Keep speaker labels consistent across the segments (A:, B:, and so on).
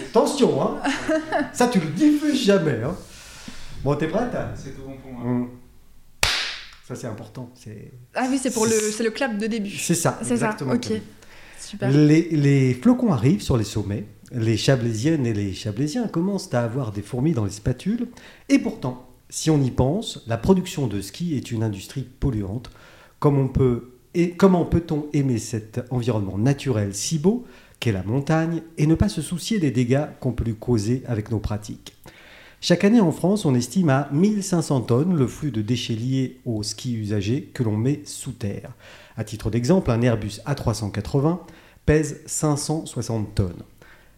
A: Attention, hein. Ça, tu le diffuses jamais, hein. Bon, t'es prête hein
B: C'est tout bon pour moi.
A: Mm. Ça, c'est important. C'est
C: Ah oui, c'est pour le,
A: C'est-
C: c'est le clap de début.
A: c'est ça,
C: C'est ça,
A: exactement.
C: ok. Super.
A: Les, les flocons arrivent sur les sommets. Les chablaisiennes et les chablaisiens commencent à avoir des fourmis dans les spatules. Et pourtant, si on y pense, la production de ski est une industrie polluante. Comme on peut, et comment peut-on aimer cet environnement naturel si beau qu'est la montagne et ne pas se soucier des dégâts qu'on peut lui causer avec nos pratiques Chaque année en France, on estime à 1500 tonnes le flux de déchets liés aux skis usagés que l'on met sous terre. À titre d'exemple, un Airbus A380 pèse 560 tonnes.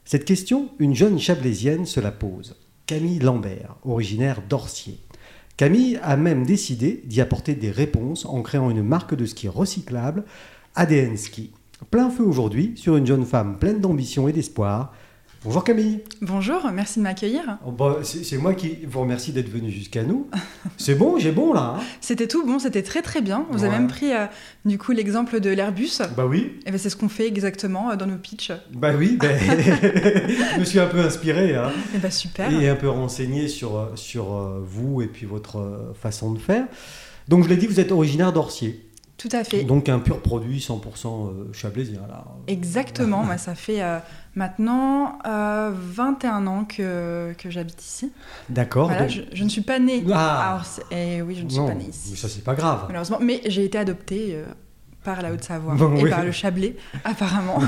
A: Cette question, une jeune chablaisienne se la pose, Camille Lambert, originaire d'Orcier. Camille a même décidé d'y apporter des réponses en créant une marque de ski recyclable, ADN Ski. Plein feu aujourd'hui sur une jeune femme pleine d'ambition et d'espoir. Bonjour Camille.
C: Bonjour, merci de m'accueillir.
A: Oh bah, c'est c'est moi qui vous remercie d'être venu jusqu'à nous. C'est bon, j'ai bon là. hein
C: C'était tout bon, c'était très très bien. Vous
A: Ouais.
C: avez même pris euh, du coup l'exemple de l'Airbus.
A: bah oui,
C: Et ben c'est ce qu'on fait exactement euh, dans nos pitchs.
A: bah oui, ben, je me suis un peu inspiré. hein.
C: Et ben super.
A: et un peu renseigné sur, euh, sur euh, vous et puis votre euh, façon de faire. Donc je l'ai dit, vous êtes originaire d'Orcier,
C: Tout à fait.
A: donc un pur produit 100% euh, chablaisien là.
C: Exactement, moi ça fait euh, maintenant euh, 21 ans que, que j'habite ici.
A: D'accord.
C: Voilà,
A: donc-
C: je, je ne suis pas née
A: Ah.
C: à Orsay. Eh oui, je ne suis
A: Non,
C: pas née
A: mais
C: ici.
A: ça c'est pas grave.
C: Malheureusement, mais j'ai été adoptée euh, par la Haute-Savoie
A: Bon,
C: et
A: oui.
C: par le Chablais, apparemment.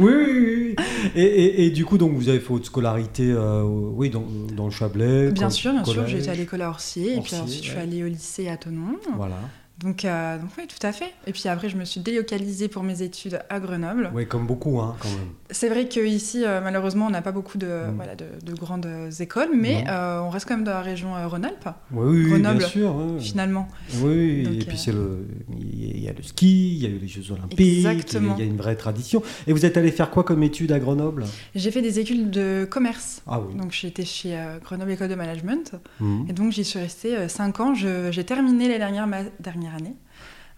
A: oui, oui, oui, oui. Et, et- et du coup, donc vous avez fait votre scolarité, euh, oui, dans, dans le Chablais.
C: bien
A: co-
C: sûr, bien sûr,
A: collège.
C: j'ai été à l'école à Orsay et puis
A: Orsier,
C: ensuite je suis
A: ouais.
C: allée au lycée à Tonon.
A: Voilà.
C: Donc, euh, donc oui, tout à fait. Et puis après, je me suis délocalisée pour mes études à Grenoble.
A: Oui, comme beaucoup, hein, quand même.
C: C'est vrai qu'ici, malheureusement, on n'a pas beaucoup de,
A: Mm.
C: voilà, de, de grandes écoles, mais
A: Non.
C: euh, on reste quand même dans la région euh, Rhône-Alpes,
A: Oui, oui, oui, bien
C: Grenoble,
A: sûr. ouais.
C: finalement.
A: Oui,
C: Donc,
A: et
C: euh,
A: puis c'est le, il y a le ski, il y a eu les Jeux Olympiques,
C: Exactement.
A: il y a une vraie tradition. Et vous êtes allé faire quoi comme étude à Grenoble
C: J'ai fait des études de commerce.
A: Ah oui.
C: Donc j'étais chez euh, Grenoble École de Management.
A: Mhm.
C: Et donc j'y suis restée 5 ans. Je- J'ai terminé la dernière, ma- dernière année.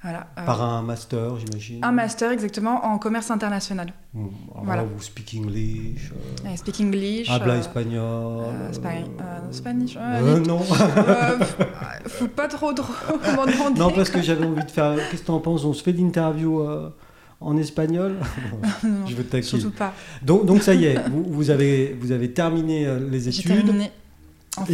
C: Voilà. euh,
A: Par un master, j'imagine.
C: un master exactement en commerce international.
A: Mhm. Alors,
C: Voilà.
A: vous speak English, euh,
C: Euh, speak English.
A: habla
C: euh,
A: espagnol.
C: euh, Spa-
A: euh,
C: euh, Spanish, ouais,
A: euh, non,
C: euh, f- faut pas trop trop m'en demander.
A: non, parce que j'avais envie de faire. Qu'est-ce que t'en penses On se fait l'interview euh, en espagnol
C: Non, non,
A: Je veux te taquiner.
C: surtout pas.
A: Donc, donc ça y est, vous, vous avez, vous avez terminé euh, les
C: J'ai
A: études
C: terminé.
A: et,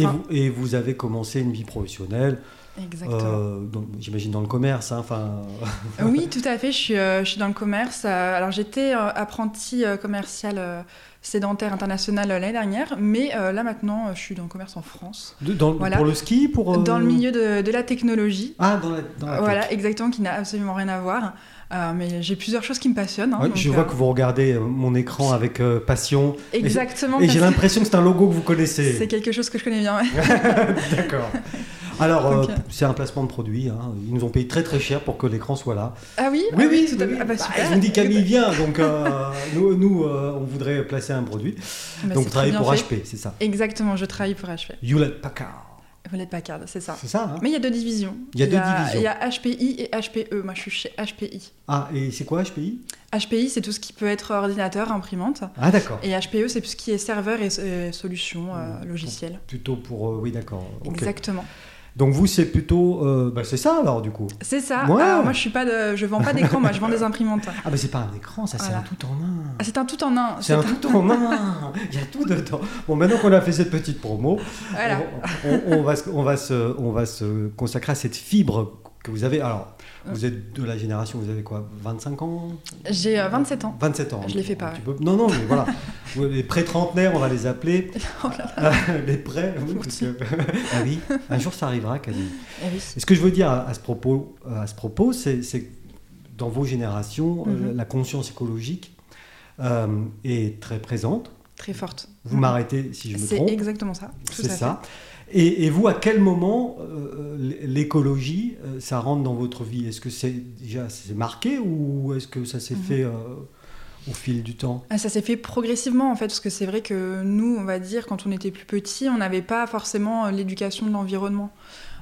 C: Enfin,
A: vous, et vous avez commencé une vie professionnelle.
C: exactement. Euh,
A: Euh, donc, J'imagine dans le commerce, hein, enfin.
C: Oui, tout à fait. Je suis, euh, je suis dans le commerce. euh, alors, j'étais euh, apprentie euh, commerciale euh, sédentaire internationale euh, l'année dernière, mais euh, là maintenant, euh, je suis dans le commerce en France,
A: De- dans-
C: Voilà.
A: Pour le ski, pour euh,
C: dans le milieu de, de la technologie.
A: Ah, dans la. dans la
C: Voilà,
A: tech.
C: exactement, qui n'a absolument rien à voir. Euh, mais j'ai plusieurs choses qui me passionnent. hein,
A: Ouais,
C: donc,
A: je
C: euh,
A: vois que vous regardez euh, mon écran avec euh, passion
C: Exactement.
A: et j'ai
C: parce que
A: l'impression que c'est un logo que vous
C: C'est
A: connaissez.
C: quelque chose que je connais bien. ouais.
A: D'accord. Alors, euh,
C: Donc, euh,
A: c'est un placement de produit. hein. Ils nous ont payé très très cher pour que l'écran soit là.
C: Ah oui
A: Oui,
C: Ah
A: oui,
C: tout à
A: oui,
C: fait. Ah bah,
A: oui. Bah,
C: super.
A: ils ont dit Camille vient, donc euh, nous, nous, euh, on voudrait placer un produit.
C: Bah, c'est
A: donc, vous
C: très
A: travaillez
C: bien
A: pour
C: fait.
A: HP, c'est ça.
C: Exactement, je travaille pour HP.
A: Hewlett Packard.
C: Hewlett Packard, c'est ça.
A: C'est ça, hein
C: Mais il y a deux divisions.
A: Il y a deux divisions.
C: Il y a HPI et HPE. Moi, je suis chez HPI.
A: Ah, et c'est quoi HPI
C: HPI, c'est tout ce qui peut être ordinateur, imprimante.
A: Ah, d'accord.
C: Et HPE, c'est tout ce qui est serveur et, et solutions euh, logicielles.
A: Plutôt pour. euh, oui, d'accord. Mmh. ok.
C: Exactement.
A: Donc, vous, c'est plutôt. euh, bah, c'est ça alors, du coup.
C: C'est ça.
A: Ouais.
C: Alors, moi, je suis pas de, je vends pas d'écran, moi, je vends des imprimantes.
A: Ah, mais c'est pas un écran, ça, c'est
C: Voilà.
A: un tout en un.
C: Ah, C'est un tout en un.
A: C'est un tout en un. Il y a tout dedans. Bon, maintenant qu'on a fait cette petite promo,
C: Voilà.
A: on, on- on va se, on, va se, on va se consacrer à cette fibre que vous avez. Alors, vous êtes de la génération, vous avez quoi 25 ans
C: J'ai euh, 27 ans.
A: 27 ans.
C: Je les fais pas,
A: Un petit peu. Non, non, mais voilà. Vous- les pré-trentenaires, on va les appeler.
C: Oh
A: les prêts. Oui, parce que- ah oui, un jour ça arrivera, Camille.
C: Eh oui.
A: Et ce que je veux dire à à ce propos, à ce propos, c'est c'est que dans vos générations, euh,
C: Mhm.
A: la conscience écologique euh, est très présente.
C: Très forte.
A: Vous m'arrêtez si je me
C: Mhm. C'est
A: trompe.
C: exactement ça. Tout
A: C'est
C: à fait.
A: ça. Et, et vous, à quel moment euh, l- l'écologie, euh, ça rentre dans votre vie Est-ce que c'est déjà c'est marqué ou est-ce que ça s'est
C: Mhm.
A: fait euh, au fil du temps
C: Ah, Ça s'est fait progressivement en fait, parce que c'est vrai que nous, on va dire, quand on était plus petit, on n'avait pas forcément euh, l'éducation de l'environnement.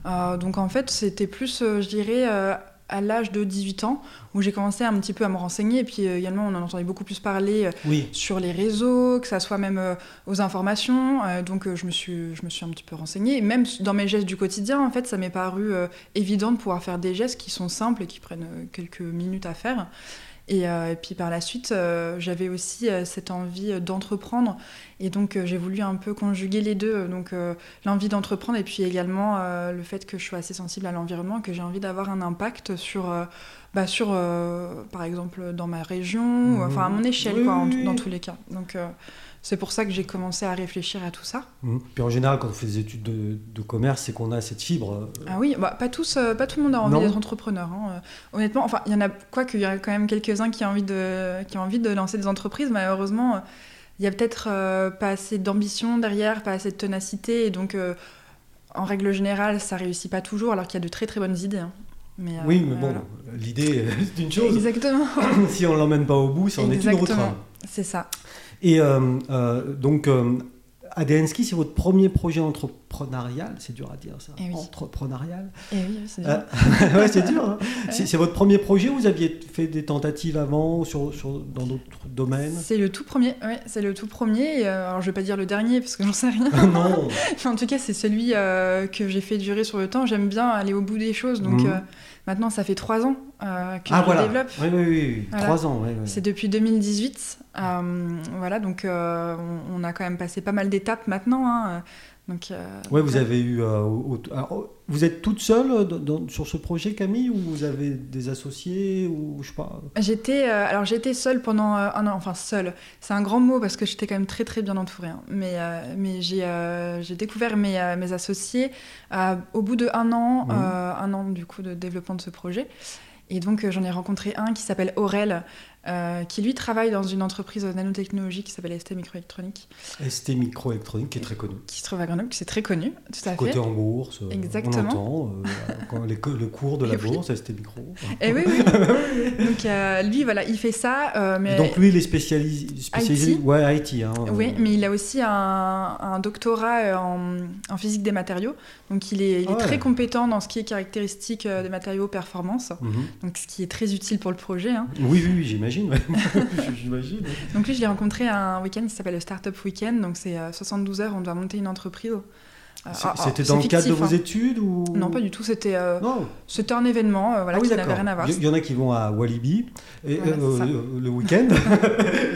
C: Euh, donc en fait, c'était plus, euh, je dirais, euh, à l'âge de 18 ans, où j'ai commencé un petit peu à me renseigner. Et puis euh, également, on en entendait beaucoup plus parler euh,
A: Oui.
C: sur les réseaux, que ça soit même euh, aux informations. Euh, donc euh, je, me suis, je me suis un petit peu renseignée. Et même s- dans mes gestes du quotidien, en fait, ça m'est paru euh, évident de pouvoir faire des gestes qui sont simples et qui prennent euh, quelques minutes à faire. Et, euh, et puis par la suite, euh, j'avais aussi euh, cette envie euh, d'entreprendre. Et donc euh, j'ai voulu un peu conjuguer les deux. Donc euh, l'envie d'entreprendre et puis également euh, le fait que je suis assez sensible à l'environnement, que j'ai envie d'avoir un impact sur, euh, bah, sur euh, par exemple, dans ma région, ou, enfin à mon échelle,
A: Oui,
C: quoi, en-
A: Mmh. oui, oui.
C: dans tous les cas. Donc euh, c'est pour ça que j'ai commencé à réfléchir à tout ça.
A: Mhm. Puis en général, quand on fait des études de, de commerce, c'est qu'on a cette fibre. euh,
C: Ah oui, bah, pas tous, euh, pas tout le monde a envie
A: Non.
C: d'être entrepreneur. hein. Euh, Honnêtement, enfin, il y en a quoi qu'il y a quand même quelques-uns qui ont envie de, qui ont envie de lancer des entreprises. Malheureusement, euh, il y a peut-être euh, pas assez d'ambition derrière, pas assez de ténacité, et donc euh, en règle générale, ça réussit pas toujours, alors qu'il y a de très très bonnes idées. hein. Mais, euh,
A: oui, mais bon,
C: voilà.
A: l'idée, c'est une chose.
C: Exactement,
A: si on l'emmène pas au bout, c'en est une autre.
C: Exactement. c'est ça.
A: Et euh, euh, donc, euh, Adenski, c'est votre premier projet entrepreneurial, c'est dur à dire ça.
C: Eh oui.
A: Entrepreneurial.
C: Et oui, c'est
A: Euh, ouais, c'est dur. hein. C'est c'est votre premier projet ou vous aviez fait des tentatives avant sur, sur- dans d'autres domaines
C: C'est le tout premier, ouais, c'est le tout premier. et, euh, alors je vais pas dire le dernier parce que j'en sais rien.
A: Ah, Non.
C: Enfin, en tout cas, c'est celui euh, que j'ai fait durer sur le temps. J'aime bien aller au bout des choses. Donc
A: Mhm.
C: euh, maintenant, ça fait trois ans euh, que
A: Ah
C: je
A: voilà.
C: développe.
A: Oui, oui, oui. oui.
C: Voilà.
A: Trois ans. ouais, ouais.
C: C'est depuis 2018. euh, voilà, donc euh, on, on a quand même passé pas mal d'étapes maintenant. hein. Donc, euh,
A: Ouais, vous avez eu. euh, au- au- alors, vous êtes toute seule euh, dans- dans- sur ce projet, Camille, ou vous avez des associés ou je sais pas.
C: J'étais euh, alors j'étais seule pendant euh, un an, enfin seule. C'est un grand mot parce que j'étais quand même très très bien entourée. hein. Mais euh, mais j'ai euh, j'ai découvert mes euh, mes associés euh, au bout de un an,
A: Mhm.
C: euh, un an du coup de développement de ce projet. Et donc euh, j'en ai rencontré un qui s'appelle Aurel, euh, qui lui travaille dans une entreprise de nanotechnologie qui s'appelle ST Microélectronique,
A: ST Microélectronique, qui est très connu.
C: qui se trouve à Grenoble, qui c'est très connu, tout à
A: Côté
C: fait.
A: en bourse, euh,
C: Exactement.
A: on entend euh, quand les, co- le cours de la
C: Les prix.
A: bourse, ST Micro.
C: Et Eh oui, oui. donc euh, lui voilà, il fait ça, euh, mais
A: Donc lui, il est spécialis- spécialisé.
C: IT.
A: Ouais, IT. Hein,
C: Oui,
A: euh,
C: mais il a aussi un, un doctorat euh, en, en physique des matériaux. Donc il est, il est
A: Ah ouais.
C: très compétent dans ce qui est caractéristique euh, des matériaux performance,
A: mhm.
C: donc ce qui est très utile pour le projet. hein.
A: Oui, oui, oui, j'imagine. ouais. j'imagine.
C: Donc lui, je l'ai rencontré à un week-end qui s'appelle le Startup Weekend. Donc c'est euh, 72 heures, on doit monter une entreprise. Euh,
A: C'est-
C: ah, ah,
A: C'était
C: c'est
A: dans le cadre de
C: fictif,
A: vos
C: hein.
A: études ou
C: Non, pas du tout. C'était euh,
A: Non.
C: c'était un événement euh, voilà,
A: Ah oui,
C: qui n'avait
A: d'accord.
C: rien à voir.
A: Il y- il y en a qui vont à Walibi et,
C: Voilà,
A: euh,
C: c'est ça.
A: euh, le week-end,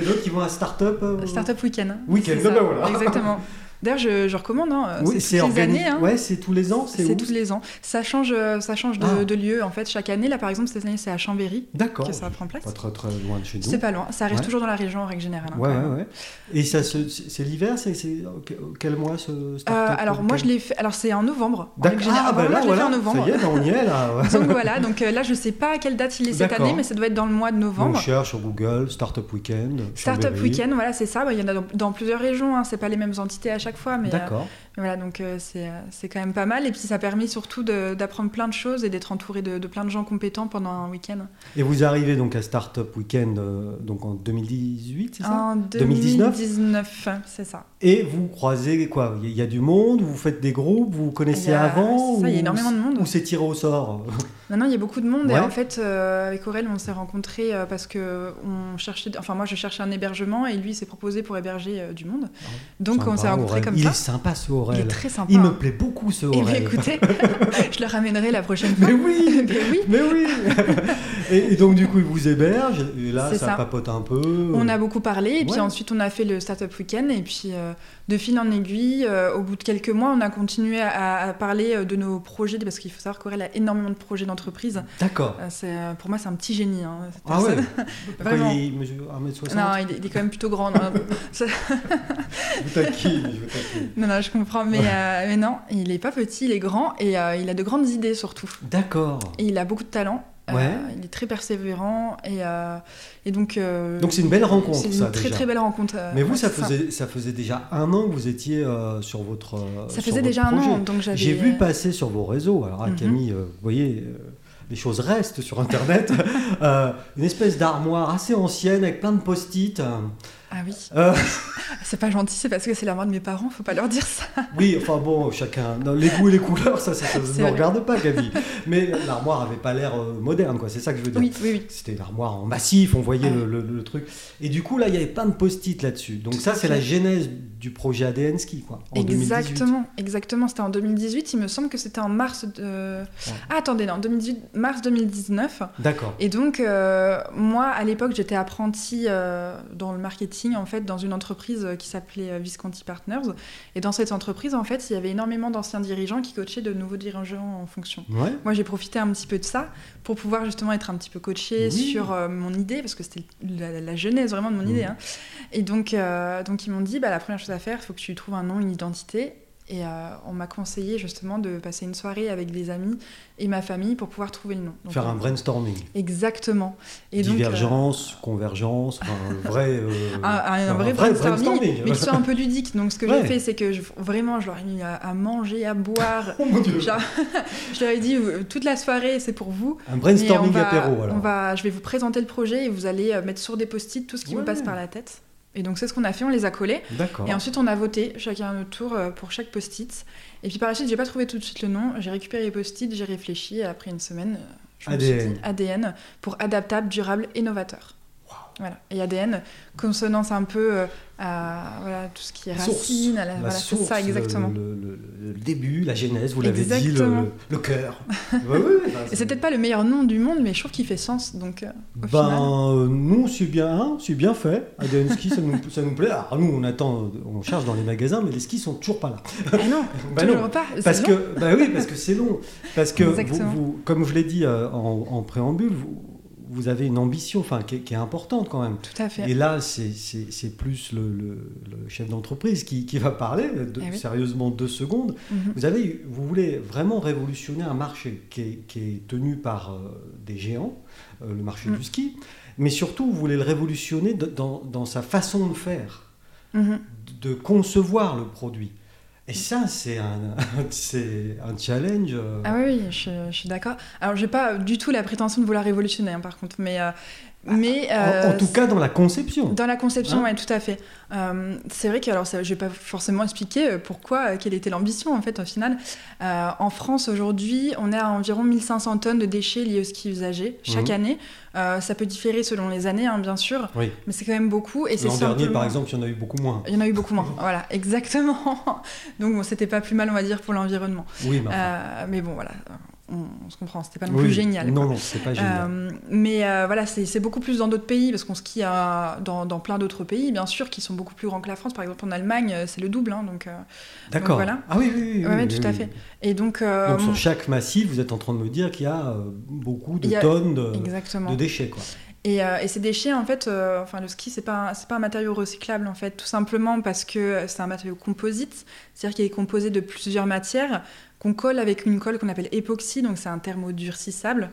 A: et d'autres qui vont à Startup. euh,
C: Startup Weekend.
A: Weekend,
C: c'est
A: ah
C: ça.
A: bah voilà.
C: Exactement. D'ailleurs, je, je recommande. hein,
A: Oui,
C: c'est toutes les
A: organi-
C: années. hein.
A: Ouais, c'est tous les ans. C'est
C: C'est
A: où
C: tous les ans. Ça change, euh, ça change de,
A: Ah.
C: de lieu en fait chaque année. Là par exemple cette année c'est à Chambéry
A: D'accord.
C: que ça prend place.
A: Pas très, très loin de chez nous.
C: C'est pas loin. Ça reste
A: Ouais.
C: toujours dans la région en règle générale. hein,
A: Ouais,
C: quand même.
A: ouais, ouais. Et ça, se- c'est c'est l'hiver, c'est c'est- que- quel mois ce
C: Euh,
A: Startup
C: alors moi je l'ai fait. Alors c'est en novembre. en
A: D'accord.
C: règle générale.
A: Ah, bah
C: Vraiment,
A: là,
C: je l'ai
A: voilà.
C: fait en novembre.
A: Ça y est, bah, on y est là. ouais.
C: Donc voilà. Donc euh, là je sais pas à quelle date il est cette
A: D'accord.
C: année, mais ça doit être dans le mois de
A: On
C: novembre.
A: cherche sur Google Startup Weekend.
C: Startup
A: Chambéry.
C: Weekend, voilà c'est ça. Bah, Il y en a dans, dans plusieurs régions. Hein. C'est pas les mêmes entités à chaque fois, mais, euh,
A: D'accord.
C: mais voilà donc euh, c'est euh, c'est quand même pas mal. Et puis ça permet surtout de- d'apprendre plein de choses et d'être entouré de, de plein de gens compétents pendant un week-end.
A: Et vous arrivez donc à Startup Weekend euh, donc en 2018, c'est ça
C: En
A: 2019?
C: 2019, c'est ça.
A: Et vous croisez quoi Il y a du monde, vous faites des groupes, vous
C: Il
A: connaissez
C: y a-
A: avant
C: c'est ça, il y a
A: ou-
C: énormément de monde.
A: Ou c'est tiré au sort
C: Maintenant, il y a beaucoup de monde.
A: Ouais.
C: Et en fait, euh, avec Aurel, on s'est rencontrés euh, parce que on cherchait. Enfin, moi, je cherchais un hébergement et lui il s'est proposé pour héberger euh, du monde. Donc, on s'est
A: Ah Sympa,
C: rencontrés
A: Aurel.
C: comme
A: il
C: ça.
A: est sympa ce Aurel.
C: Il est très sympa.
A: Il
C: hein.
A: me plaît beaucoup ce
C: Eh bien,
A: Aurel.
C: écoutez, je le ramènerai la prochaine fois.
A: Mais oui
C: Mais oui.
A: Mais oui et, et donc du coup il vous héberge, et là ça,
C: C'est ça.
A: papote un peu.
C: On a beaucoup parlé, et puis
A: Ouais.
C: ensuite on a fait le Startup Weekend, et puis euh, de fil en aiguille, euh, au bout de quelques mois, on a continué à, à parler euh, de nos projets, parce qu'il faut savoir qu'Aurel a énormément de projets d'entreprise.
A: D'accord.
C: Euh, c'est, euh, pour moi, c'est un petit génie. hein, cette
A: Ah ouais
C: personne.
A: Pourquoi
C: Vraiment.
A: il mesure 1m60
C: Non, il est, il est quand même plutôt grand. non,
A: Je vous taquine, je vous taquine.
C: Non, non, je comprends, mais, euh, mais non, il est pas petit, il est grand et euh, il a de grandes idées surtout.
A: D'accord.
C: Et il a beaucoup de talent. euh,
A: Ouais.
C: il est très persévérant et, euh, et donc. euh,
A: Donc c'est une belle rencontre
C: C'est une
A: ça
C: très
A: déjà.
C: très belle rencontre. euh,
A: Mais vous
C: ouais,
A: ça
C: c'est
A: faisait, ça faisait déjà un an que vous étiez euh, sur votre euh,
C: Ça
A: sur
C: faisait
A: votre
C: déjà un
A: projet.
C: an, donc j'avais. euh,
A: J'ai vu passer sur vos réseaux, alors ah,
C: Mhm.
A: Camille, euh, vous voyez, euh, les choses restent sur Internet, euh, une espèce d'armoire assez ancienne avec plein de post-it.
C: Ah oui.
A: Euh,
C: C'est pas gentil, c'est parce que c'est la mort de mes parents, faut pas leur dire ça.
A: Oui, enfin bon, chacun. non, les goûts et les couleurs, ça, ça, ça ne
C: C'est
A: me
C: vrai.
A: regarde pas, Gabi. Mais l'armoire avait pas l'air euh, moderne, quoi. C'est ça que je veux dire.
C: Oui, oui, oui.
A: C'était l'armoire en massif, on voyait
C: Ah
A: le, le- le truc. Et du coup, là, il y avait plein de post-it là-dessus. Donc,
C: Tout
A: ça,
C: à
A: c'est
C: fait.
A: la genèse du projet ADN Ski, quoi. En 2018.
C: Exactement, exactement. C'était en 2018, il me semble que c'était en mars de. Ah, attendez, non, 2018, mars 2019.
A: D'accord.
C: Et donc, euh, moi, à l'époque, j'étais apprentie euh, dans le marketing, en fait, dans une entreprise euh, qui s'appelait euh, Visconti Partners. Et dans cette entreprise, en fait, il y avait énormément d'anciens dirigeants qui coachaient de nouveaux dirigeants en fonction.
A: Ouais.
C: Moi, j'ai profité un petit peu de ça pour pouvoir justement être un petit peu coachée
A: Oui.
C: sur euh, mon idée, parce que c'était la, la- la genèse vraiment de mon
A: Mhm.
C: idée. hein. Et donc, euh, donc ils m'ont dit, bah, la première chose à faire, il faut que tu trouves un nom, une identité. Et euh, on m'a conseillé justement de passer une soirée avec des amis et ma famille pour pouvoir trouver le nom. Donc, euh,
A: Faire
C: on-
A: un brainstorming.
C: Exactement. Et donc,
A: Divergence, convergence, enfin, un vrai. euh,
C: euh, un, un
A: un vrai
C: vrai, brainstorming,
A: brainstorming.
C: mais qui soit un peu ludique. Donc, ce que
A: Ouais.
C: j'ai fait, c'est que je- vraiment, je leur ai mis à, à manger, à boire.
A: Oh mon dieu
C: Genre, je leur ai dit, euh, toute la soirée, c'est pour vous.
A: Un
C: mais
A: brainstorming
C: on va-
A: apéro, alors.
C: On va, je vais vous présenter le projet et vous allez euh, mettre sur des post-it tout ce qui
A: Ouais.
C: vous passe par la tête. Et donc, c'est ce qu'on a fait, on les a collés.
A: D'accord.
C: Et ensuite, on a voté chacun à notre tour euh, pour chaque post-it. Et puis par la suite, j'ai pas trouvé tout de suite le nom. J'ai récupéré les post-it, j'ai réfléchi. Et après une semaine, euh, je me suis
A: ADN.
C: dit ADN pour adaptable, durable et novateur. Voilà. Et ADN, consonance un peu euh, à voilà, tout ce qui est
A: La
C: racine. à la-
A: La
C: voilà, c'est
A: source,
C: ça
A: le-
C: exactement.
A: Le, le- le début, la genèse, vous l'avez dit,
C: Exactement.
A: le, le cœur. Ouais, ouais, ouais, bah,
C: Et c'est peut-être pas le meilleur nom du monde, mais je trouve qu'il fait sens. Donc, euh,
A: Ben,
C: au final.
A: euh, nous, c'est bien, hein, c'est bien fait. ADN ski, ça nous, ça nous plaît. Alors, nous, on attend, on cherche dans les magasins, mais les skis sont toujours pas là.
C: Ah non,
A: Ben
C: toujours
A: non,
C: pas. c'est
A: Parce
C: long.
A: que, bah oui, parce que c'est long. Parce que, vous,
C: Exactement.
A: vous- comme je l'ai dit euh, en, en préambule, vous, vous avez une ambition, enfin, qui, est- qui est importante quand même.
C: Tout à fait.
A: Et là, c'est- c'est c'est plus le, le- le chef d'entreprise qui, qui va parler, de-
C: Eh oui.
A: sérieusement deux secondes.
C: Mhm.
A: Vous, avez, vous voulez vraiment révolutionner un marché qui est, qui est tenu par euh, des géants, euh, le marché
C: Mm.
A: du ski, mais surtout, vous voulez le révolutionner d- dans, dans sa façon de faire,
C: Mhm.
A: de concevoir le produit. Et ça, c'est un, c'est un challenge. euh,
C: Ah oui, oui, je, je suis d'accord. Alors, j'ai pas du tout la prétention de vouloir révolutionner, hein, par contre, mais, euh, mais
A: Bah, en, en
C: euh,
A: tout cas, dans la conception.
C: dans la conception,
A: Hein
C: ouais, tout à fait. Euh, c'est vrai que alors ça, je vais pas forcément expliquer euh, pourquoi, euh, quelle était l'ambition en fait au final. Euh, en France aujourd'hui, on est à environ 1500 tonnes de déchets liés au ski usagé chaque
A: Mhm.
C: année. Euh, ça peut différer selon les années, hein, bien sûr,
A: Oui.
C: mais c'est quand même beaucoup. Et c'est
A: L'an dernier,
C: simplement-
A: par exemple, Mhm. il y en a eu beaucoup moins.
C: Il y en a eu beaucoup moins. voilà, exactement. Donc bon, c'était pas plus mal, on va dire, pour l'environnement.
A: Oui, mais enfin,
C: Euh, mais bon, voilà, on, on se comprend, c'était pas non Euh, plus
A: oui.
C: génial.
A: Non,
C: quoi.
A: non, c'est pas génial.
C: Euh, mais euh, voilà, c'est c'est beaucoup plus dans d'autres pays, parce qu'on skie à- dans, dans plein d'autres pays, bien sûr, qui sont beaucoup plus grands que la France. Par exemple, en Allemagne, euh, c'est le double. hein, donc, euh,
A: D'accord.
C: voilà.
A: Ah oui, oui, oui. oui,
C: Ouais, ouais,
A: oui,
C: tout
A: oui,
C: à
A: oui.
C: fait. et donc, euh,
A: Donc
C: mon-
A: sur chaque massif, vous êtes en train de me dire qu'il y a euh, beaucoup de
C: Il y a-
A: tonnes de,
C: exactement.
A: de déchets. Quoi.
C: Et, euh, et ces déchets, en fait, euh, enfin, le ski, c'est pas, un- c'est pas un matériau recyclable, en fait, tout simplement parce que c'est un matériau composite, c'est-à-dire qu'il est composé de plusieurs matières qu'on colle avec une colle qu'on appelle époxy, donc c'est un thermodurcissable.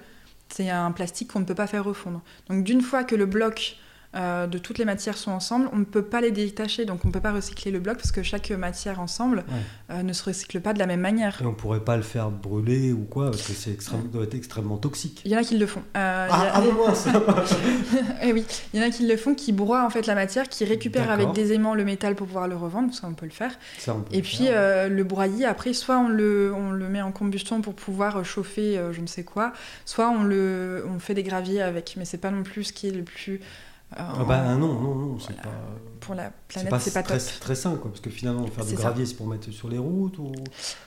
C: C'est un plastique qu'on ne peut pas faire refondre. Donc, d'une fois que le bloc euh, de toutes les matières sont ensemble, on ne peut pas les détacher, donc on ne peut pas recycler le bloc parce que chaque matière ensemble euh, ne se recycle pas de la même manière.
A: Et on pourrait pas le faire brûler ou quoi, parce que c'est extrême- doit être extrêmement toxique.
C: Il y en a qui le font. Euh, il y
A: Ah,
C: a-
A: ah bon, mince.
C: Eh oui, il y en a qui le font, qui broient en fait la matière, qui récupèrent
A: D'accord.
C: avec des aimants le métal pour pouvoir le revendre, ça on peut le faire.
A: Ça, on peut
C: Et
A: le
C: puis
A: faire.
C: euh, le broyer, après, soit on le, on le met en combustion pour pouvoir chauffer euh, je ne sais quoi, soit on le on fait des graviers avec, mais c'est pas non plus ce qui est le plus. euh,
A: Ah bah ah non, non, non, c'est pas...
C: Pour la
A: C'est
C: planète,
A: pas,
C: c'est pas,
A: très,
C: top.
A: très sain, quoi, parce que finalement, faire du
C: C'est ça.
A: gravier, c'est pour mettre sur les routes ou...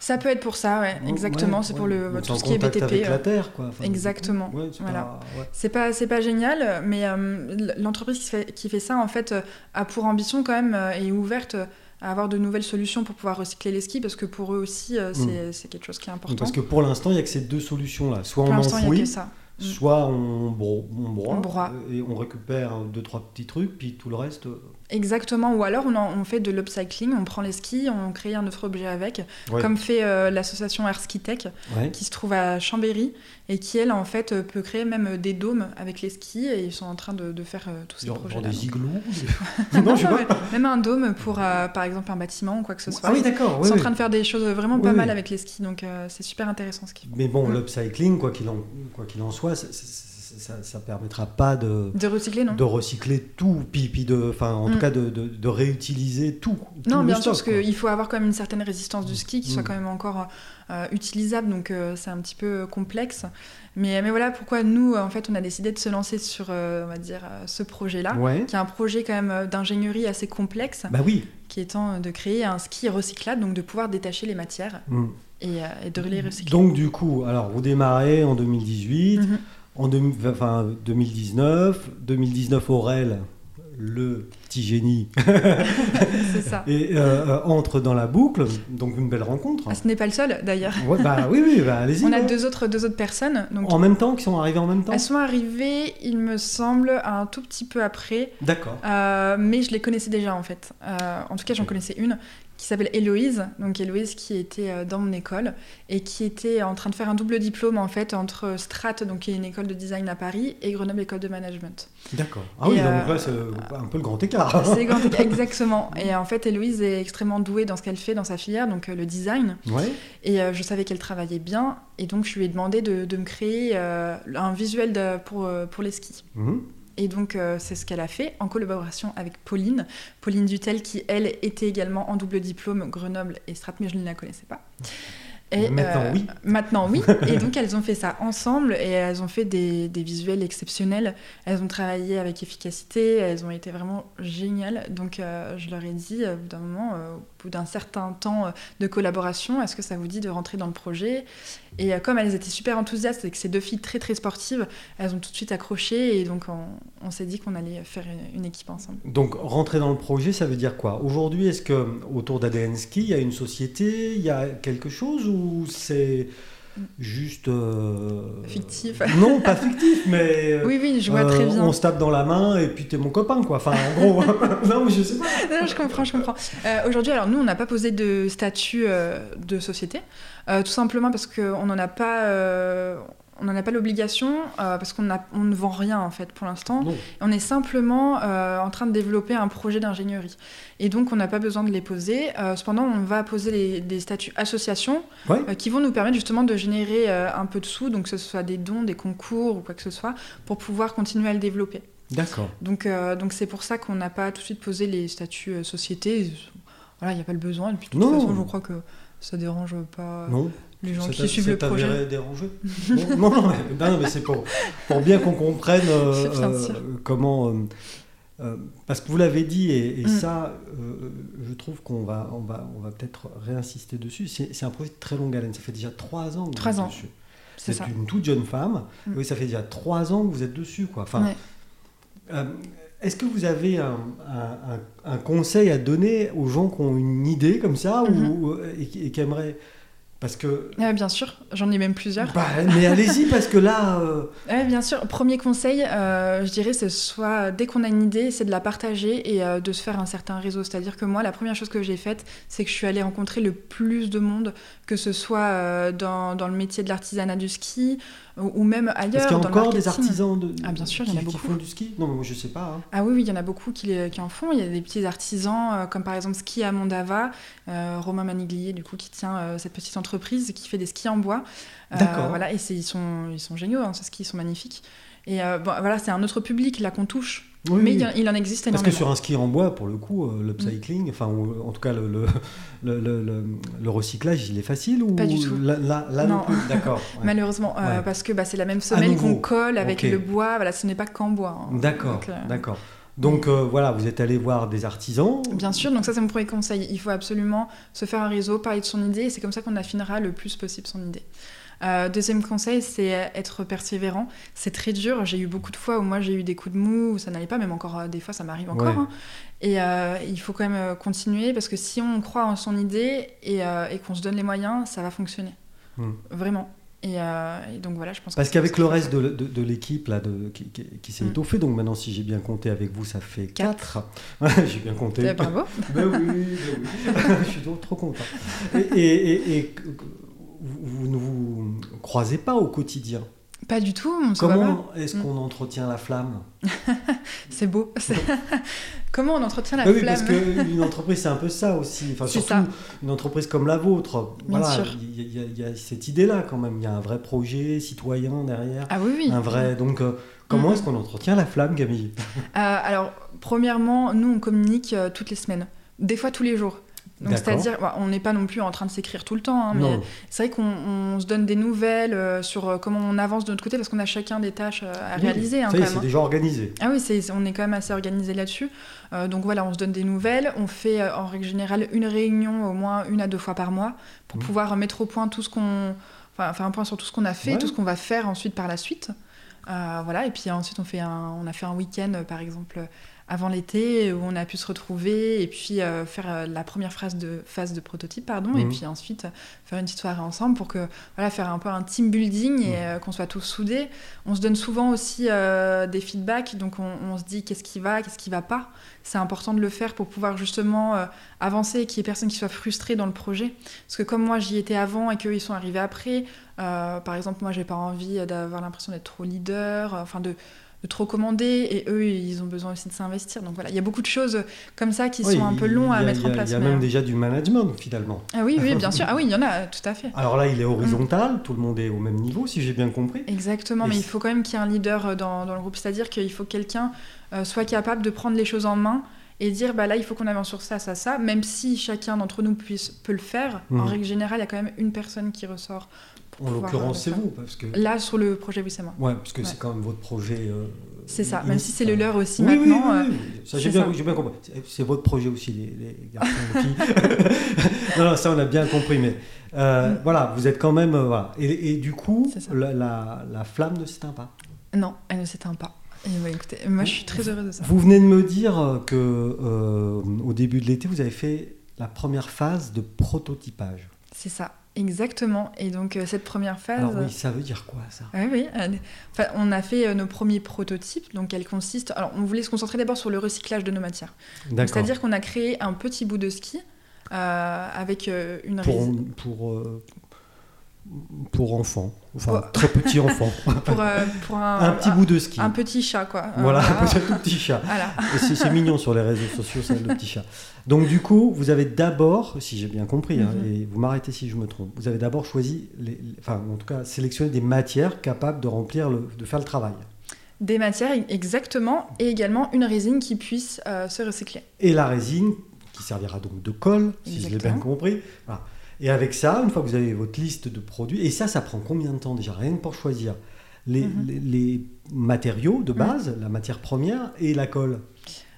C: Ça peut être pour ça, ouais, exactement,
A: Oh, Ouais,
C: c'est
A: ouais.
C: pour le,
A: Donc,
C: tout
A: en
C: ce qui est
A: contact
C: BTP.
A: avec
C: euh,
A: la terre, quoi. Enfin,
C: Exactement.
A: ouais, c'est
C: Voilà.
A: pas- ouais.
C: C'est pas, c'est pas génial, mais euh, l- l'entreprise qui fait, qui fait ça, en fait, euh, a pour ambition quand même euh, et est ouverte à avoir de nouvelles solutions pour pouvoir recycler les skis, parce que pour eux aussi, euh, c'est c'est quelque chose qui est important.
A: Mm. Parce que pour l'instant, il n'y a que ces deux solutions-là. Soit
C: pour
A: on
C: l'instant, il n'y a que
A: enfouit,
C: ça. Mm.
A: soit on, bro- on broie, euh,
C: On broie.
A: et on récupère deux, trois petits trucs, puis tout le reste... euh,
C: Exactement, ou alors on, en- on fait de l'upcycling, on prend les skis, on crée un autre objet avec,
A: ouais.
C: comme fait euh, l'association Air Ski Tech,
A: Ouais.
C: qui se trouve à Chambéry, et qui, elle, en fait, euh, peut créer même des dômes avec les skis, et ils sont en train de, de faire euh, tous ces
A: Genre, genre
C: projets-là.
A: des
C: donc.
A: igloos
C: Non,
A: Non, je sais
C: non,
A: pas.
C: mais Même un dôme pour, euh, par exemple, un bâtiment ou quoi que ce soit.
A: Ah oui, d'accord.
C: Ils
A: oui,
C: sont en
A: oui.
C: train de faire des choses vraiment
A: Oui,
C: pas
A: oui.
C: mal avec les skis, donc euh, c'est super intéressant ce qu'ils font.
A: Mais bon,
C: Mm.
A: l'upcycling, quoi qu'il en, quoi qu'il en soit, c'est- c'est- c'est- ça, ça permettra pas de,
C: De recycler, non
A: de recycler tout, puis, puis de, enfin, en
C: Mm.
A: tout cas de, de- de réutiliser tout. tout
C: Non,
A: le
C: bien sûr,
A: stock,
C: parce
A: quoi.
C: qu'il faut avoir quand même une certaine résistance du ski qui soit
A: Mm.
C: quand même encore euh, utilisable, donc euh, c'est un petit peu complexe. Mais, mais voilà pourquoi nous, en fait, on a décidé de se lancer sur, euh, on va dire, euh, ce projet-là,
A: Ouais.
C: qui est un projet quand même euh, d'ingénierie assez complexe,
A: Bah oui.
C: qui étant euh, de créer un ski recyclable, donc de pouvoir détacher les matières
A: Mm.
C: et, euh, et de les recycler.
A: Donc du coup, alors vous démarrez en 2018,
C: Mhm.
A: en deux- enfin, 2019, 2019 Aurel, le petit génie,
C: Ah. c'est ça.
A: et, euh, euh, entre dans la boucle, donc une belle rencontre.
C: Ah, ce n'est pas le seul, d'ailleurs.
A: Ouais, bah oui, oui, bah, allez-y.
C: On a
A: ouais.
C: deux Ah, autres, deux autres personnes. Donc,
A: En même temps, qui sont arrivés en même temps.
C: elles sont arrivées, il me semble, un tout petit peu après.
A: D'accord.
C: Euh, mais je les connaissais déjà en fait. Euh, en tout cas, j'en
A: Ok.
C: connaissais une qui s'appelle Héloïse. Donc Héloïse qui était euh, dans mon école et qui était en train de faire un double diplôme en fait entre Strat, donc qui est une école de design à Paris, et Grenoble École de Management.
A: D'accord. Ah oui,
C: Et,
A: donc
C: euh,
A: là, c'est euh, un peu le grand écart.
C: C'est grand- exactement. Et en fait, Héloïse est extrêmement douée dans ce qu'elle fait dans sa filière, donc euh, le design.
A: Ouais.
C: Et euh, je savais qu'elle travaillait bien. Et donc je lui ai demandé de, de me créer euh, un visuel de- pour, euh, pour les skis.
A: Mhm.
C: Et donc, euh, c'est ce qu'elle a fait en collaboration avec Pauline. Pauline Dutel, qui, elle, était également en double diplôme Grenoble et Strat, mais je ne la connaissais pas.
A: Maintenant,
C: euh,
A: oui.
C: Maintenant, oui. Et donc, elles ont fait ça ensemble et elles ont fait des, des visuels exceptionnels. Elles ont travaillé avec efficacité, elles ont été vraiment géniales. Donc, euh, je leur ai dit, euh, au bout d'un moment, euh, au bout d'un certain temps euh, de collaboration, est-ce que ça vous dit de rentrer dans le projet Et euh, comme elles étaient super enthousiastes et que ces deux filles très, très sportives, elles ont tout de suite accroché et donc on, on s'est dit qu'on allait faire une, une équipe ensemble.
A: Donc rentrer dans le projet, ça veut dire quoi Aujourd'hui, est-ce que euh, autour d'ADN Ski, il y a une société, il y a quelque chose ou c'est juste euh,
C: Fictif.
A: Non, pas fictif, mais euh,
C: Oui, oui, je vois
A: euh,
C: très bien.
A: on se tape dans la main et puis t'es mon copain, quoi. Enfin, en gros, non, mais je sais pas.
C: Non, je comprends, je comprends. Euh, Aujourd'hui, alors nous, on n'a pas posé de statut euh, de société, euh, tout simplement parce qu'on n'en a pas. euh, on n'en a pas l'obligation euh, parce qu'on a- on ne vend rien en fait pour l'instant.
A: Non.
C: On est simplement euh, en train de développer un projet d'ingénierie. Et donc on n'a pas besoin de les poser. Euh, cependant, on va poser les- des statuts associations
A: Ouais.
C: euh, qui vont nous permettre justement de générer euh, un peu de sous, donc que ce soit des dons, des concours ou quoi que ce soit, pour pouvoir continuer à le développer.
A: D'accord.
C: Donc euh, donc c'est pour ça qu'on n'a pas tout de suite posé les statuts euh, société. Voilà, il n'y a pas le besoin. Et puis de toute
A: Non.
C: façon, je crois que ça dérange pas
A: Non.
C: les gens
A: ça
C: qui
A: t'a-
C: suivent
A: ça
C: le
A: t'a
C: projet.
A: avéré dérangé non, non, non, mais, non, non, mais c'est pour, pour bien qu'on comprenne euh,
C: C'est bien
A: euh,
C: sûr.
A: comment. euh, euh, parce que vous l'avez dit, et, et
C: Mm.
A: ça, euh, je trouve qu'on va, on va, on va peut-être réinsister dessus. C'est c'est un projet de très longue haleine. Ça fait déjà trois ans que
C: Trois
A: vous êtes
C: ans,
A: dessus.
C: C'est
A: C'est
C: ça.
A: une toute jeune femme.
C: Mm.
A: Oui, ça fait déjà trois ans que vous êtes dessus. Quoi. Enfin,
C: Ouais.
A: euh, Est-ce que vous avez un, un- un- un conseil à donner aux gens qui ont une idée comme ça ou-
C: Mhm.
A: ou, et, qui- et qui aimeraient. Parce que
C: Ouais, bien sûr, j'en ai même plusieurs.
A: bah, mais allez-y parce que là, euh,
C: Ouais, bien sûr, premier conseil, euh, je dirais, c'est soit dès qu'on a une idée, c'est de la partager et euh, de se faire un certain réseau. C'est-à-dire que moi, la première chose que j'ai faite, c'est que je suis allée rencontrer le plus de monde, que ce soit euh, dans, dans le métier de l'artisanat du ski ou, ou même ailleurs.
A: parce qu'il y a
C: dans le
A: encore des
C: marketing.
A: artisans de,
C: Ah, bien sûr, il y
A: qui,
C: en
A: qui
C: a beaucoup.
A: font du ski. Non, mais moi, je sais pas. hein.
C: Ah oui, oui, il y en a beaucoup qui, les- qui en font. Il y a des petits artisans, euh, comme par exemple Ski à Mondava, euh, Romain Maniglier, du coup, qui tient euh, cette petite entreprise qui fait des skis en bois. Euh,
A: D'accord.
C: Voilà, et c'est- ils sont, ils sont géniaux, hein, ces skis, ils sont magnifiques. Et euh, bon, voilà, c'est un autre public là qu'on touche,
A: Oui,
C: mais
A: oui.
C: il, y en- il en existe
A: parce que
C: énormément. Mm.
A: sur un ski en bois, pour le coup, euh, l'upcycling, enfin, ou, en tout cas, le, le, le, le- le- le recyclage, il est facile ou
C: Pas du tout.
A: Là, là, là non.
C: Non.
A: plus. D'accord. ouais.
C: Malheureusement, euh,
A: Ouais.
C: parce que bah, c'est la même
A: À
C: semelle
A: nouveau.
C: qu'on colle avec
A: Ok.
C: le bois. Voilà, ce n'est pas qu'en bois. hein.
A: D'accord.
C: Donc, euh,
A: D'accord. Donc euh, voilà, vous êtes allé voir des artisans.
C: Bien sûr, donc ça c'est mon premier conseil. Il faut absolument se faire un réseau, parler de son idée, et c'est comme ça qu'on affinera le plus possible son idée. Euh, deuxième conseil, c'est être persévérant. C'est très dur. J'ai eu beaucoup de fois où moi j'ai eu des coups de mou, où ça n'allait pas, même encore euh, des fois ça m'arrive encore.
A: Ouais.
C: hein. Et euh, il faut quand même euh, continuer parce que si on croit en son idée et, euh, et qu'on se donne les moyens, ça va fonctionner.
A: Hmm.
C: Vraiment. Et, euh, et donc voilà, je pense
A: Parce
C: que-
A: qu'avec le reste de, de- de l'équipe là, de, qui, qui- qui s'est
C: Mm.
A: étoffée, donc maintenant, si j'ai bien compté avec vous, ça fait 4. j'ai bien compté.
C: Eh, bravo.
A: Ben oui, ben oui. je suis donc trop content. Et, et- et- et que- que- vous vous ne vous croisez pas au quotidien
C: Pas du tout, on se voit
A: Comment
C: pas. Hmm.
A: est-ce qu'on entretient la flamme
C: C'est beau. c'est- Comment on entretient la
A: Ah Oui,
C: flamme
A: parce qu'une entreprise, c'est un peu ça aussi. Enfin,
C: C'est
A: surtout
C: ça.
A: une entreprise comme la vôtre.
C: Bien
A: Voilà,
C: sûr.
A: il y, a- il y a- il y a cette idée-là quand même. Il y a un vrai projet citoyen derrière.
C: Ah oui, oui.
A: Un vrai. Donc, euh, comment
C: Mhm.
A: est-ce qu'on entretient la flamme, Camille
C: Euh, alors, premièrement, nous, on communique euh, toutes les semaines, des fois tous les jours. Donc,
A: D'accord.
C: c'est-à-dire, bah, on n'est pas non plus en train de s'écrire tout le temps, hein, mais
A: Non.
C: c'est vrai qu'on on se donne des nouvelles euh, sur euh, comment on avance de notre côté, parce qu'on a chacun des tâches euh, à
A: Oui,
C: réaliser. hein,
A: Ça y
C: quand
A: est,
C: même,
A: c'est
C: hein.
A: déjà organisé.
C: Ah oui, c'est- on est quand même assez organisé là-dessus. Euh, donc voilà, on se donne des nouvelles. On fait euh, en règle générale une réunion au moins une à deux fois par mois pour
A: Mhm.
C: pouvoir mettre au point tout ce qu'on. Enfin, faire un point sur tout ce qu'on a fait,
A: Ouais.
C: tout ce qu'on va faire ensuite par la suite. Euh, voilà, et puis ensuite on, fait un, on a fait un week-end euh, par exemple euh, avant l'été où on a pu se retrouver et puis euh, faire euh, la première phase de, phase de prototype, pardon, et
A: Mhm.
C: puis ensuite euh, faire une petite soirée ensemble pour que voilà, faire un peu un team building et euh, qu'on soit tous soudés. On se donne souvent aussi euh, des feedbacks, donc on, on se dit qu'est-ce qui va, qu'est-ce qui va pas. C'est important de le faire pour pouvoir justement euh, avancer et qu'il y ait personne qui soit frustré dans le projet. Parce que comme moi j'y étais avant et qu'eux ils sont arrivés après, euh, par exemple moi j'ai pas envie d'avoir l'impression d'être trop leader, euh, enfin de, de trop commander et eux ils ont besoin aussi de s'investir. Donc voilà, il y a beaucoup de choses comme ça qui
A: Oui,
C: sont un peu
A: il-
C: longs
A: il
C: à
A: y a-
C: mettre
A: il y a-
C: en place.
A: Il y a
C: mais- euh,
A: même déjà du management finalement.
C: Ah oui, oui, bien sûr. Ah oui, il y en a, tout à fait.
A: Alors là, il est
C: Mm.
A: horizontal, tout le monde est au même niveau, si j'ai bien compris.
C: Exactement,
A: Et
C: mais il
A: c'est-
C: faut quand même qu'il y ait un leader euh, dans, dans le groupe, c'est-à-dire qu'il faut que quelqu'un euh, soit capable de prendre les choses en main et dire bah là il faut qu'on avance sur ça, ça, ça, même si chacun d'entre nous puisse, peut le faire, en
A: Mhm.
C: règle générale il y a quand même une personne qui ressort. pour
A: En
C: pouvoir,
A: l'occurrence,
C: euh,
A: c'est
C: faire.
A: vous, parce que
C: Là sur le projet oui c'est moi.
A: ouais, parce que
C: Ouais.
A: c'est quand même votre projet. euh,
C: C'est ça,
A: in-
C: même si c'est le leur aussi
A: Mm. Oui, oui,
C: maintenant.
A: oui,
C: euh,
A: oui, oui. Ça, j'ai
C: c'est
A: bien,
C: ça.
A: j'ai bien compris. C'est- C'est votre projet aussi, les, les garçons. les filles. non, non, ça, on a bien compris. Mais euh,
C: Mm.
A: voilà, vous êtes quand même. euh, voilà. et, et du coup,
C: C'est ça.
A: la, la- la flamme ne s'éteint pas.
C: Non, elle ne s'éteint pas. Et ouais, écoutez, moi je suis
A: Mm.
C: très heureuse de ça.
A: Vous venez de me dire euh, que euh, au début de l'été, vous avez fait la première phase de prototypage.
C: C'est ça, exactement. Et donc euh, cette première phase.
A: Alors oui, ça veut dire quoi ça
C: Oui, oui. elle- enfin, on a fait euh, nos premiers prototypes, donc elle consiste. Alors, on voulait se concentrer d'abord sur le recyclage de nos matières. Donc,
A: D'accord.
C: C'est-à-dire qu'on a créé un petit bout de ski euh, avec euh, une
A: pour,
C: résine
A: pour, euh, pour enfants, enfin
C: Ouais.
A: très petits enfants.
C: pour, euh, pour un,
A: un petit bout de ski.
C: un petit chat, quoi. Euh,
A: voilà, un
C: voilà.
A: petit- un petit chat.
C: Voilà.
A: Et c'est c'est mignon sur les réseaux sociaux, ça, le petit chat. Donc du coup, vous avez d'abord, si j'ai bien compris, hein,
C: Mhm.
A: et vous m'arrêtez si je me trompe, vous avez d'abord choisi, les, les- enfin en tout cas sélectionné des matières capables de remplir, le, de faire le travail.
C: Des matières, e-, exactement, et également une résine qui puisse euh, se recycler.
A: Et la résine, qui servira donc de colle, si je l'ai bien
C: Exactement.
A: compris. Voilà. Et avec ça, une fois que vous avez votre liste de produits, et ça, ça prend combien de temps déjà Rien que pour choisir les,
C: Mhm.
A: les- les matériaux de
C: Mhm.
A: base, la matière première et la colle.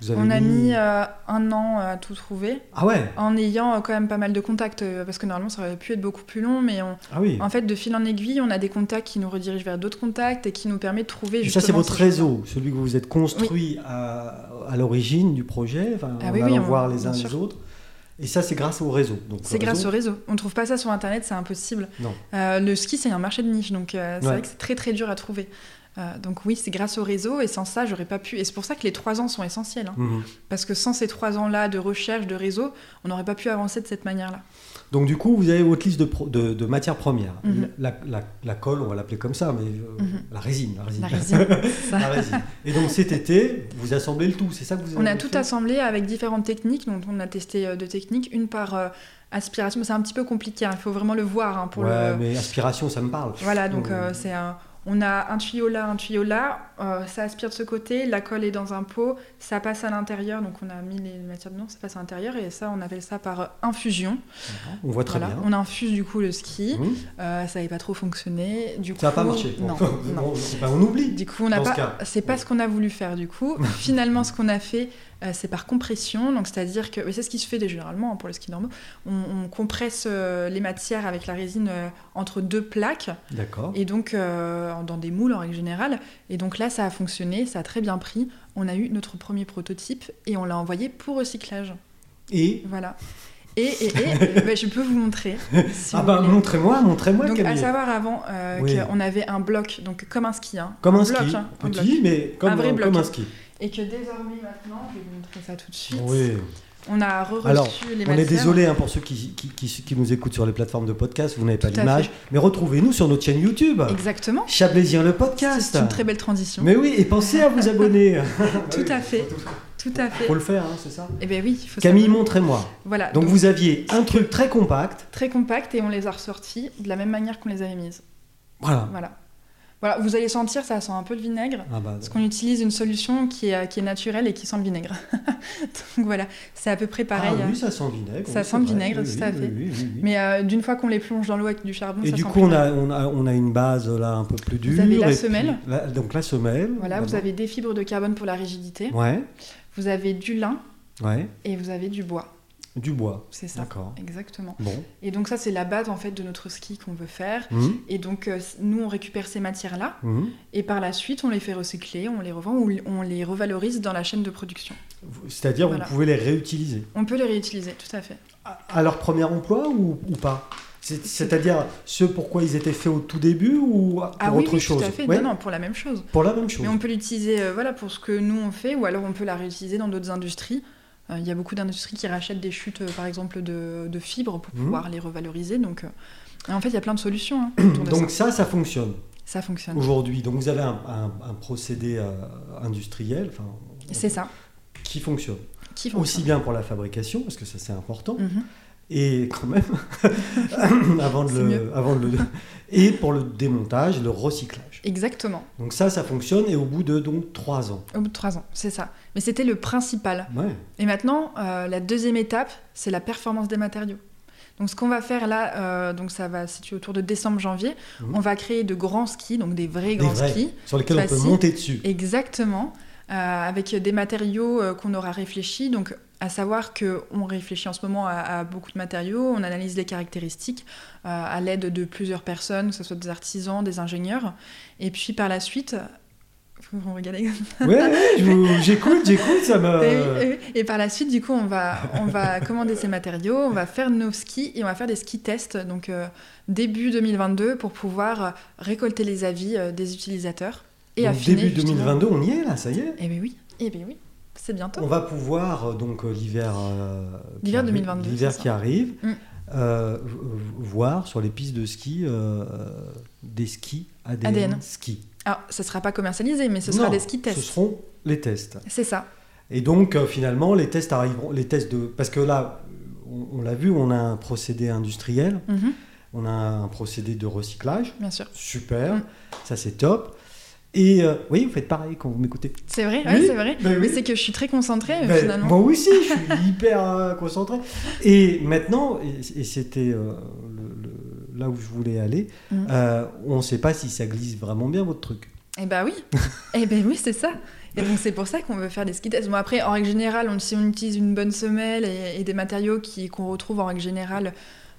A: Vous avez
C: on a mis euh, un an à tout trouver,
A: Ah ouais
C: en ayant euh, quand même pas mal de contacts, euh, parce que normalement ça aurait pu être beaucoup plus long, mais on,
A: Ah oui
C: En fait, de fil en aiguille, on a des contacts qui nous redirigent vers d'autres contacts et qui nous permettent de trouver
A: Et
C: justement.
A: ça, c'est votre
C: ces choses-là.
A: réseau, celui que vous vous êtes construit à, à l'origine du projet, enfin,
C: Ah
A: en
C: oui, oui,
A: allant
C: on-
A: voir les
C: bien
A: uns les
C: sûr.
A: autres. Et ça, c'est grâce au réseau. Donc, le
C: C'est grâce
A: réseau-
C: au réseau. On trouve pas ça sur internet, c'est impossible.
A: Non.
C: Euh, le ski, c'est un marché de niche, donc euh, c'est
A: Ouais.
C: vrai que c'est très très dur à trouver. Euh, donc oui, c'est grâce au réseau et sans ça, j'aurais pas pu. Et c'est pour ça que les trois ans sont essentiels, hein.
A: Mhm.
C: parce que sans ces trois ans-là de recherche, de réseau, on n'aurait pas pu avancer de cette manière-là.
A: Donc, du coup, vous avez votre liste de, pro- de, de matières premières.
C: Mhm.
A: la, la- la colle, on va l'appeler comme ça, mais euh,
C: Mhm.
A: la résine. La résine.
C: La résine, c'est ça.
A: La résine. Et donc, cet été, vous assemblez le tout, c'est ça que vous
C: On
A: avez
C: a tout
A: fait
C: assemblé avec différentes techniques. Donc, on a testé euh, deux techniques, une par euh, aspiration. C'est un petit peu compliqué. hein, Il faut vraiment le voir hein, pour
A: Ouais,
C: le.
A: mais aspiration, ça me parle.
C: Voilà, donc
A: Mm.
C: euh, c'est un. On a un tuyau là, un tuyau là, euh, ça aspire de ce côté, la colle est dans un pot, ça passe à l'intérieur, donc on a mis les matières dedans, ça passe à l'intérieur, et ça on appelle ça par euh, infusion.
A: On voit très
C: Voilà,
A: bien.
C: on infuse du coup le ski,
A: Mhm.
C: Euh, ça n'avait pas trop fonctionné, du coup...
A: Ça n'a pas marché.
C: Non,
A: Bon,
C: non.
A: bon, ben, on oublie.
C: Du coup, on n'a
A: Dans ce
C: pas.
A: cas.
C: C'est pas ce qu'on a voulu faire. Du coup, finalement, ce qu'on a fait, euh, c'est par compression. Donc, c'est-à-dire que mais c'est ce qui se fait généralement hein, pour le ski normaux. On, on compresse euh, les matières avec la résine euh, entre deux plaques
A: D'accord.
C: et donc euh, dans des moules en règle générale. Et donc là, ça a fonctionné, ça a très bien pris. On a eu notre premier prototype et on l'a envoyé pour recyclage.
A: Et.
C: Voilà. Et, et, et ben, je peux vous montrer. si
A: Ah
C: vous
A: ben,
C: voulez.
A: montrez-moi, montrez-moi,
C: donc, à
A: Camille.
C: savoir avant euh,
A: Oui.
C: qu'on avait un bloc, donc comme un ski, hein,
A: Comme un,
C: bloc,
A: ski,
C: hein, un
A: petit, mais comme
C: Un vrai
A: un,
C: bloc,
A: comme un
C: hein.
A: ski.
C: et que désormais maintenant, je vais vous montrer ça tout de suite.
A: Oui.
C: On a re-reçu
A: Alors,
C: les
A: on est
C: masters.
A: désolé hein, pour ceux qui, qui- qui- qui nous écoutent sur les plateformes de podcast, vous n'avez pas
C: Tout à
A: l'image, mais retrouvez-nous sur notre chaîne YouTube,
C: Exactement.
A: Chablaisien le
C: C'est
A: podcast.
C: une très belle transition.
A: Mais oui, et pensez à vous abonner.
C: Tout à fait. Tout à fait.
A: Faut le faire, hein, c'est ça
C: Eh bien oui, il faut
A: Camille,
C: savoir.
A: montrez-moi.
C: Voilà.
A: Donc
C: donc
A: vous aviez un truc très compact.
C: très compact et on les a ressortis de la même manière qu'on les avait mises.
A: Voilà.
C: Voilà. Voilà, vous allez sentir, ça sent un peu le vinaigre.
A: Ah bah,
C: Parce qu'on utilise une solution qui est, euh, qui est naturelle et qui sent le vinaigre. Donc voilà, c'est à peu près pareil. hein.
A: ah oui, ça sent le vinaigre.
C: Ça
A: oui,
C: sent
A: c'est
C: le
A: vrai.
C: vinaigre,
A: Oui,
C: tout
A: oui,
C: à fait.
A: oui, oui, oui, oui.
C: Mais euh, d'une fois qu'on les plonge dans l'eau avec du charbon,
A: Et
C: ça
A: du
C: sent
A: coup,
C: plus
A: on
C: rien.
A: a, on, a, on a une base là un peu plus dure.
C: Vous avez la
A: et puis-
C: semelle.
A: la- donc la semelle.
C: Voilà, vous
A: d'abord.
C: avez des fibres de carbone pour la rigidité,
A: Ouais,
C: vous avez du lin
A: ouais.
C: et vous avez du bois.
A: Du bois.
C: C'est ça.
A: D'accord.
C: Exactement.
A: Bon.
C: Et donc ça, c'est la base en fait de notre ski qu'on veut faire.
A: Hum,
C: Et donc euh, nous, on récupère ces matières-là
A: hum.
C: et par la suite, on les fait recycler, on les revend ou on les revalorise dans la chaîne de production.
A: C'est-à-dire,
C: Voilà.
A: vous pouvez les réutiliser.
C: On peut les réutiliser, tout à fait.
A: À, à leur premier emploi ou, ou pas C'est- C'est-à-dire, ce pourquoi ils étaient faits au tout début ou pour
C: ah oui,
A: autre
C: oui,
A: chose
C: tout à fait.
A: Ouais,
C: Non, non, pour la même chose.
A: Pour la même chose.
C: Mais on peut l'utiliser euh, voilà, pour ce que nous on fait, ou alors on peut la réutiliser dans d'autres industries. Euh, Il y a beaucoup d'industries qui rachètent des chutes, euh, par exemple, de, de fibres pour
A: Mhm.
C: pouvoir les revaloriser. Donc, euh, et en fait, il y a plein de solutions hein, autour de
A: Donc
C: ça.
A: ça, ça fonctionne.
C: Ça fonctionne.
A: Aujourd'hui, donc vous avez un, un- un procédé euh, industriel enfin,
C: C'est ça.
A: qui fonctionne.
C: Qui
A: Aussi
C: fonctionne.
A: bien pour la fabrication, parce que ça c'est important,
C: Mhm.
A: et quand même, avant de
C: C'est
A: le, avant de le- et pour le démontage, le recyclage.
C: Exactement.
A: Donc ça, ça fonctionne, et au bout de donc trois ans.
C: Au bout de trois ans, c'est ça. Mais c'était le principal.
A: Ouais.
C: Et maintenant, euh, la deuxième étape, c'est la performance des matériaux. Donc, ce qu'on va faire là, euh, donc ça va se situer autour de décembre-janvier,
A: Mhm.
C: on va créer de grands skis, donc des vrais
A: Des
C: grands
A: vrais.
C: skis.
A: Sur lesquels on peut
C: Facile.
A: monter dessus.
C: Exactement, euh, avec des matériaux euh, qu'on aura réfléchis. Donc, à savoir qu'on réfléchit en ce moment à, à beaucoup de matériaux, on analyse les caractéristiques euh, à l'aide de plusieurs personnes, que ce soit des artisans, des ingénieurs. Et puis par la suite, vous vous regardez.
A: Ouais, ouais, je vous- j'écoute, j'écoute, ça me...
C: Et, oui, et- et par la suite, du coup, on va, on va commander ces matériaux, on va faire nos skis et on va faire des skis tests, donc euh, début 2022, pour pouvoir euh, récolter les avis euh, des utilisateurs et
A: Donc,
C: affiner.
A: début
C: justement.
A: 2022, on y est là, ça y est.
C: Eh bien oui, eh bien oui, c'est bientôt.
A: On va pouvoir, euh, donc euh, l'hiver euh, qui
C: L'hiver
A: arrive-
C: 2022,
A: l'hiver
C: c'est
A: qui arrive,
C: Mm.
A: euh, v- v- voir sur les pistes de ski euh, des skis ADN,
C: ADN.
A: ski.
C: Alors, ça Ah, sera pas commercialisé, mais ce sera
A: Non,
C: des ski tests.
A: Ce seront les tests.
C: C'est ça,
A: Et donc euh, finalement, les tests arriveront, les tests de, parce que là, on, on l'a vu, on a un procédé industriel,
C: Mhm,
A: on a un procédé de recyclage,
C: bien sûr.
A: super,
C: Mm.
A: ça c'est top. Et euh, oui, vous faites pareil quand vous m'écoutez.
C: C'est vrai,
A: Oui,
C: ouais, c'est vrai.
A: ben
C: Mais
A: oui.
C: c'est que je suis très concentrée euh,
A: Ben,
C: finalement.
A: Moi aussi, je suis hyper euh, concentré. Et maintenant, et, et c'était euh, le- le- là où je voulais aller,
C: Mhm.
A: euh, on ne sait pas si ça glisse vraiment bien votre truc.
C: Eh ben oui, eh ben oui, c'est ça. Et donc c'est pour ça qu'on veut faire des ski tests. Bon après, en règle générale, on, si on utilise une bonne semelle et, et des matériaux qui qu'on retrouve en règle générale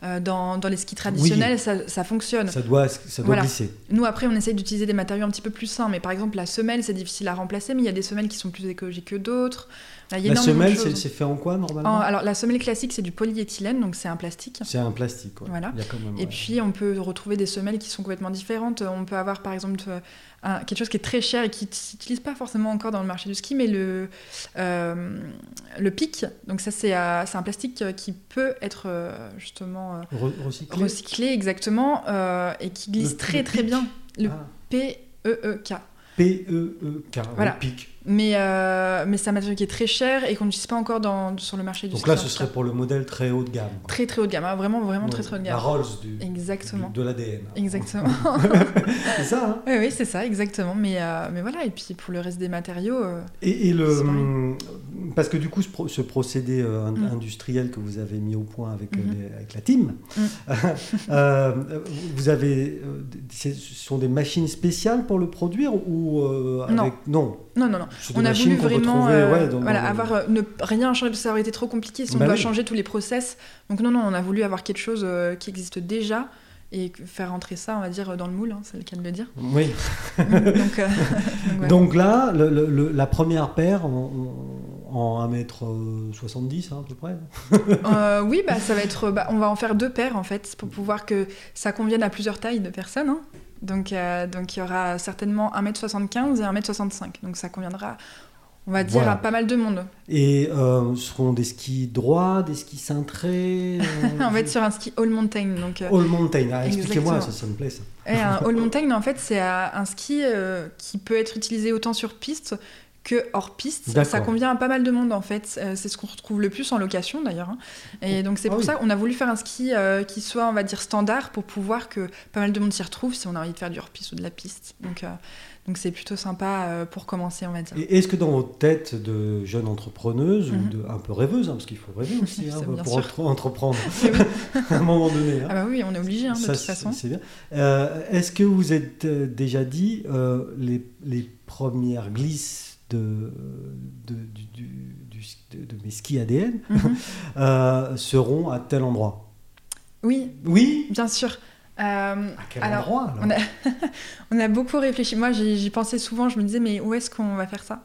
C: euh, dans, dans les skis traditionnels, ça, ça fonctionne.
A: Ça doit, ça doit
C: Ah Voilà.
A: glisser.
C: Nous après, on essaye d'utiliser des matériaux un petit peu plus sains. Mais par exemple, la semelle, c'est difficile à remplacer, mais il y a des semelles qui sont plus écologiques que d'autres. Là, il y a
A: La
C: énormément de
A: semelle, c'est
C: choses.
A: c'est fait en quoi
C: En-
A: normalement
C: alors la semelle classique, c'est du polyéthylène, donc c'est un plastique.
A: C'est un plastique. ouais.
C: Voilà.
A: Il y a quand même,
C: Et
A: ouais.
C: puis on peut retrouver des semelles qui sont complètement différentes. On peut avoir par exemple euh, un- quelque chose qui est très cher et qui ne s'utilise pas forcément encore dans le marché du ski, mais le, euh, le pic. Donc ça c'est euh, c'est un plastique qui peut être euh, justement euh,
A: Re- recycler.
C: recyclé exactement euh, et qui glisse
A: Le-
C: très
A: le
C: très
A: pic.
C: bien. Le
A: Ah,
C: P-E-E-K.
A: P-E-E-K,
C: Voilà.
A: le pic.
C: Mais, euh, mais c'est un matériau qui est très cher et qu'on n'utilise pas encore dans, sur le marché du
A: Donc
C: ski.
A: là,
C: en
A: ce
C: tout
A: serait
C: cas.
A: pour le modèle très haut de gamme. quoi.
C: Très très haut de gamme, hein, vraiment vraiment très très haut de
A: La
C: gamme.
A: Rolls du,
C: Exactement.
A: du- de l'ADN.
C: Exactement.
A: C'est ça, hein
C: Oui, oui, c'est ça, exactement. Mais, euh, mais voilà, et puis pour le reste des matériaux, euh,
A: Et, et le,
C: C'est
A: hum, parce que du coup, ce, pro- ce procédé euh, ind-
C: Mm.
A: industriel que vous avez mis au point avec, euh,
C: Mhm.
A: les- avec la team,
C: Mm.
A: euh, vous avez, euh, d- c'est- ce sont des machines spéciales pour le produire ou euh,
C: Non.
A: avec- non,
C: non, non, non.
A: c'est des
C: On a voulu
A: machines qu'on peut
C: vraiment
A: trouver,
C: euh,
A: ouais, dans-
C: voilà,
A: dans-
C: avoir, euh, ne p- rien changer, parce que ça aurait été trop compliqué si on
A: Bah
C: doit
A: oui.
C: changer tous les process. Donc non, non, on a voulu avoir quelque chose euh, qui existe déjà et que- faire rentrer ça, on va dire, dans le moule, hein, c'est le cas de le dire.
A: Oui.
C: donc, euh, donc, ouais.
A: Donc là, le- le- le- la première paire en, en- en 1m70 hein, à peu près.
C: Euh, oui, bah, ça va être, bah, on va en faire deux paires, en fait, pour pouvoir que ça convienne à plusieurs tailles de personnes. hein. Donc, euh, donc il y aura certainement 1m75 et 1m65. Donc ça conviendra on va dire
A: Voilà.
C: à pas mal de monde.
A: Et euh, ce seront des skis droits, des skis cintrés. euh,
C: on va être sur un ski all mountain, donc euh,
A: All Mountain, Ah, expliquez-moi, ça,
C: Exactement.
A: ça me plaît ça.
C: Et un all mountain, en fait, c'est euh, un ski euh, qui peut être utilisé autant sur piste que hors piste.
A: D'accord.
C: Ça convient à pas mal de monde, en fait. Euh, C'est ce qu'on retrouve le plus en location, d'ailleurs. hein. Et donc, c'est
A: Ah
C: pour
A: oui.
C: ça qu'on a voulu faire un ski euh, qui soit, on va dire, standard pour pouvoir que pas mal de monde s'y retrouve si on a envie de faire du hors piste ou de la piste. Donc, euh, donc c'est plutôt sympa euh, pour commencer, on va dire.
A: Et est-ce que dans vos têtes de jeune entrepreneuse
C: Mhm.
A: ou de, un peu rêveuse, hein, parce qu'il faut rêver aussi hein,
C: Ça, bien
A: pour
C: sûr. Eh
A: entre- entreprendre à un moment donné. hein.
C: Ah bah oui, on est obligé, hein, de
A: Ça,
C: toute
A: c'est-
C: façon.
A: C'est bien. Euh, Est-ce que vous êtes euh, déjà dit euh, les, les premières glisses de, de, du- du- du- de mes skis ADN
C: Mhm.
A: euh, seront à tel endroit
C: Oui,
A: Oui
C: bien sûr. Euh,
A: À quel
C: Alors,
A: endroit alors
C: on a- On a beaucoup réfléchi. Moi, j'y j'y pensais souvent. Je me disais, mais où est-ce qu'on va faire ça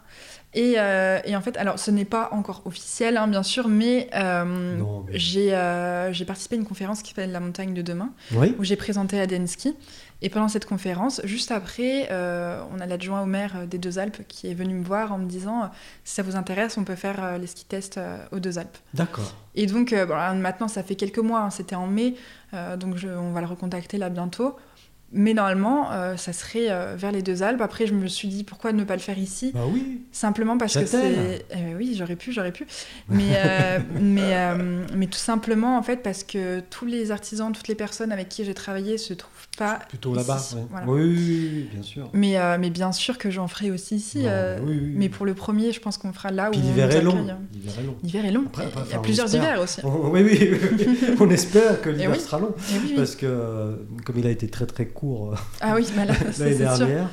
C: et, euh, et en fait, alors, ce n'est pas encore officiel, hein, bien sûr, mais, euh,
A: Non, mais-
C: j'ai euh, j'ai participé à une conférence qui s'appelle La montagne de demain,
A: Oui
C: où j'ai présenté Aden Ski. Et pendant cette conférence, juste après, euh, on a l'adjoint au maire euh, des Deux Alpes qui est venu me voir en me disant, euh, si ça vous intéresse, on peut faire euh, les ski tests euh, aux Deux Alpes.
A: D'accord.
C: Et donc, euh, bon, là, maintenant, ça fait quelques mois, hein, c'était en mai, euh, donc je- on va le recontacter là bientôt. Mais normalement, euh, ça serait euh, vers les deux Alpes. Après, je me suis dit, pourquoi ne pas le faire ici
A: Bah oui
C: Simplement parce que
A: Châtel.
C: c'est... Eh oui, j'aurais pu, j'aurais pu. Mais, euh, mais, euh, mais tout simplement, en fait, parce que tous les artisans, toutes les personnes avec qui j'ai travaillé se trouvent pas...
A: Plutôt
C: ici.
A: là-bas. ouais.
C: Voilà.
A: Oui, oui, oui, bien sûr.
C: Mais, euh, mais bien sûr que j'en ferai aussi ici.
A: Non,
C: euh,
A: oui, oui.
C: Mais pour le premier, je pense qu'on fera là
A: Puis
C: où Ah, on
A: l'hiver
C: nous
A: est long.
C: accueille, hein.
A: L'hiver est long.
C: L'hiver est long.
A: Après, après,
C: Il y a
A: on
C: plusieurs
A: espère.
C: hivers aussi.
A: On- oui, oui, oui, oui. on espère que l'hiver
C: oui.
A: sera long,
C: Eh oui, oui.
A: parce que euh, comme il a été très très court euh,
C: Ah oui, bah là, ça,
A: l'année
C: c'est sûr.
A: dernière,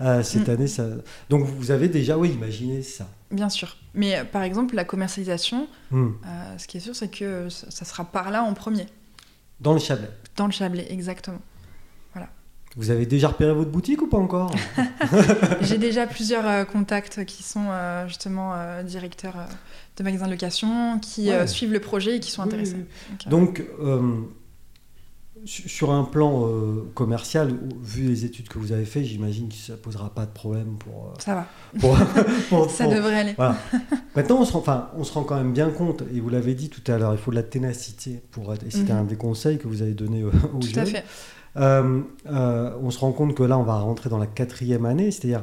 A: euh, cette
C: Mm.
A: année, ça... donc vous avez déjà, oui, imaginé ça.
C: Bien sûr. Mais euh, par exemple, la commercialisation,
A: Mm.
C: euh, ce qui est sûr, c'est que euh, ça ça sera par là en premier,
A: Dans le Chablais.
C: dans le Chablais, exactement.
A: Vous avez déjà repéré votre boutique ou pas encore
C: Ah, J'ai déjà plusieurs euh, contacts qui sont euh, justement euh, directeurs euh, de magasins de location, qui
A: Ouais.
C: euh, suivent le projet et qui sont
A: Oui,
C: intéressés.
A: oui,
C: Donc,
A: Donc,
C: euh,
A: euh, su- sur un plan euh, commercial, au- vu les études que vous avez faites, j'imagine que ça ne posera pas de problème pour... euh,
C: ça va,
A: pour, pour-
C: ça
A: pour-
C: devrait aller.
A: Voilà. Maintenant, on se, rend, enfin, on se rend quand même bien compte, et vous l'avez dit tout à l'heure, il faut de la ténacité pour être. Et c'était
C: Mhm.
A: un des conseils que vous avez donné euh, aux
C: Tout à
A: jeunes.
C: fait.
A: Euh, euh, on se rend compte que là, on va rentrer dans la quatrième année, c'est-à-dire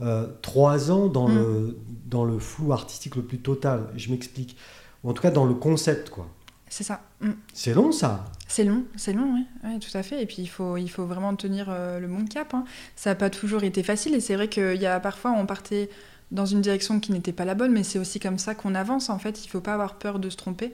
A: euh, trois ans dans,
C: Mhm.
A: le, dans le flou artistique le plus total. Je m'explique. En tout cas, dans le concept, quoi.
C: C'est ça. Mm.
A: C'est long, ça.
C: C'est long, c'est long, oui, Ouais, tout à fait. Et puis il faut, il faut vraiment tenir euh, le bon cap. hein. Ça n'a pas toujours été facile. Et c'est vrai qu'il y a parfois on partait dans une direction qui n'était pas la bonne, mais c'est aussi comme ça qu'on avance. En fait, il faut pas avoir peur de se tromper.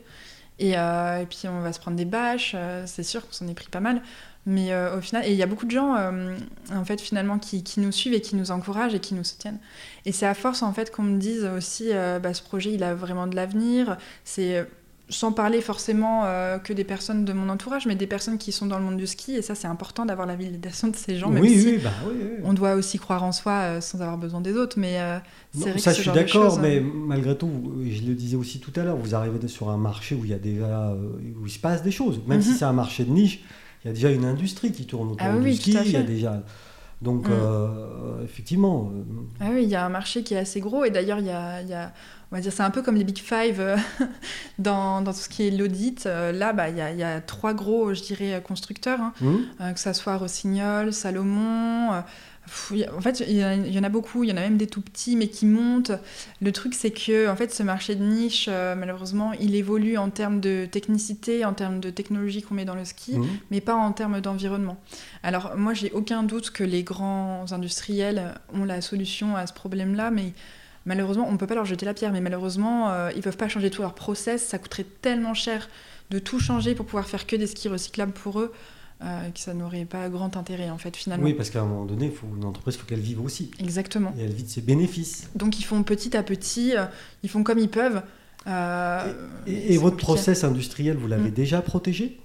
C: Et, euh, et puis on va se prendre des bâches. euh, c'est sûr qu'on s'en est pris pas mal. Mais euh, au final, et il y a beaucoup de gens euh, en fait finalement qui, qui nous suivent et qui nous encouragent et qui nous soutiennent. Et c'est à force en fait qu'on me dise aussi, euh, bah, ce projet il a vraiment de l'avenir. C'est euh, sans parler forcément euh, que des personnes de mon entourage, mais des personnes qui sont dans le monde du ski. Et ça, c'est important d'avoir la validation de ces gens, même
A: oui,
C: si
A: oui, bah oui, oui.
C: on doit aussi croire en soi euh, sans avoir besoin des autres. Mais euh, c'est
A: Non,
C: vrai que
A: ça,
C: ce
A: je suis
C: genre de
A: d'accord,
C: choses, hein.
A: mais malgré tout, vous- je le disais aussi tout à l'heure, vous arrivez sur un marché où il y a déjà, euh, où il se passe des choses. Même si
C: Mhm.
A: c'est un marché de niche, il y a déjà une industrie qui tourne autour
C: Ah
A: du
C: oui,
A: ski.
C: tout à
A: Il y a
C: fait.
A: déjà, donc
C: Mhm.
A: euh, effectivement, euh,
C: Ah oui, il y a un marché qui est assez gros et d'ailleurs, il y a, il y a- on va dire, c'est un peu comme les Big Five euh, dans, dans tout ce qui est l'audit. Euh, là, bah, il y, a, il y a trois gros, je dirais, constructeurs, hein,
A: hmm,
C: euh, que ça soit Rossignol, Salomon. euh, pff, il y a- en fait, il y, en a- il y en a beaucoup. Il y en a même des tout petits, mais qui montent. Le truc, c'est que, en fait, ce marché de niche, euh, malheureusement, il évolue en termes de technicité, en termes de technologie qu'on met dans le ski
A: hmm.
C: mais pas en termes d'environnement. Alors moi, j'ai aucun doute que les grands industriels ont la solution à ce problème-là, mais malheureusement, on ne peut pas leur jeter la pierre, mais malheureusement, euh, ils ne peuvent pas changer tout leur process, ça coûterait tellement cher de tout changer pour pouvoir faire que des skis recyclables pour eux, euh, que ça n'aurait pas grand intérêt en fait finalement.
A: oui, parce qu'à un moment donné, il faut une entreprise, faut qu'elle vive aussi,
C: Exactement.
A: et elle vive de ses bénéfices.
C: Donc ils font petit à petit, euh, ils font comme ils peuvent. euh,
A: Et,
C: mais
A: et
C: c'est
A: votre
C: compliqué.
A: process industriel, vous l'avez
C: Hmm.
A: déjà protégé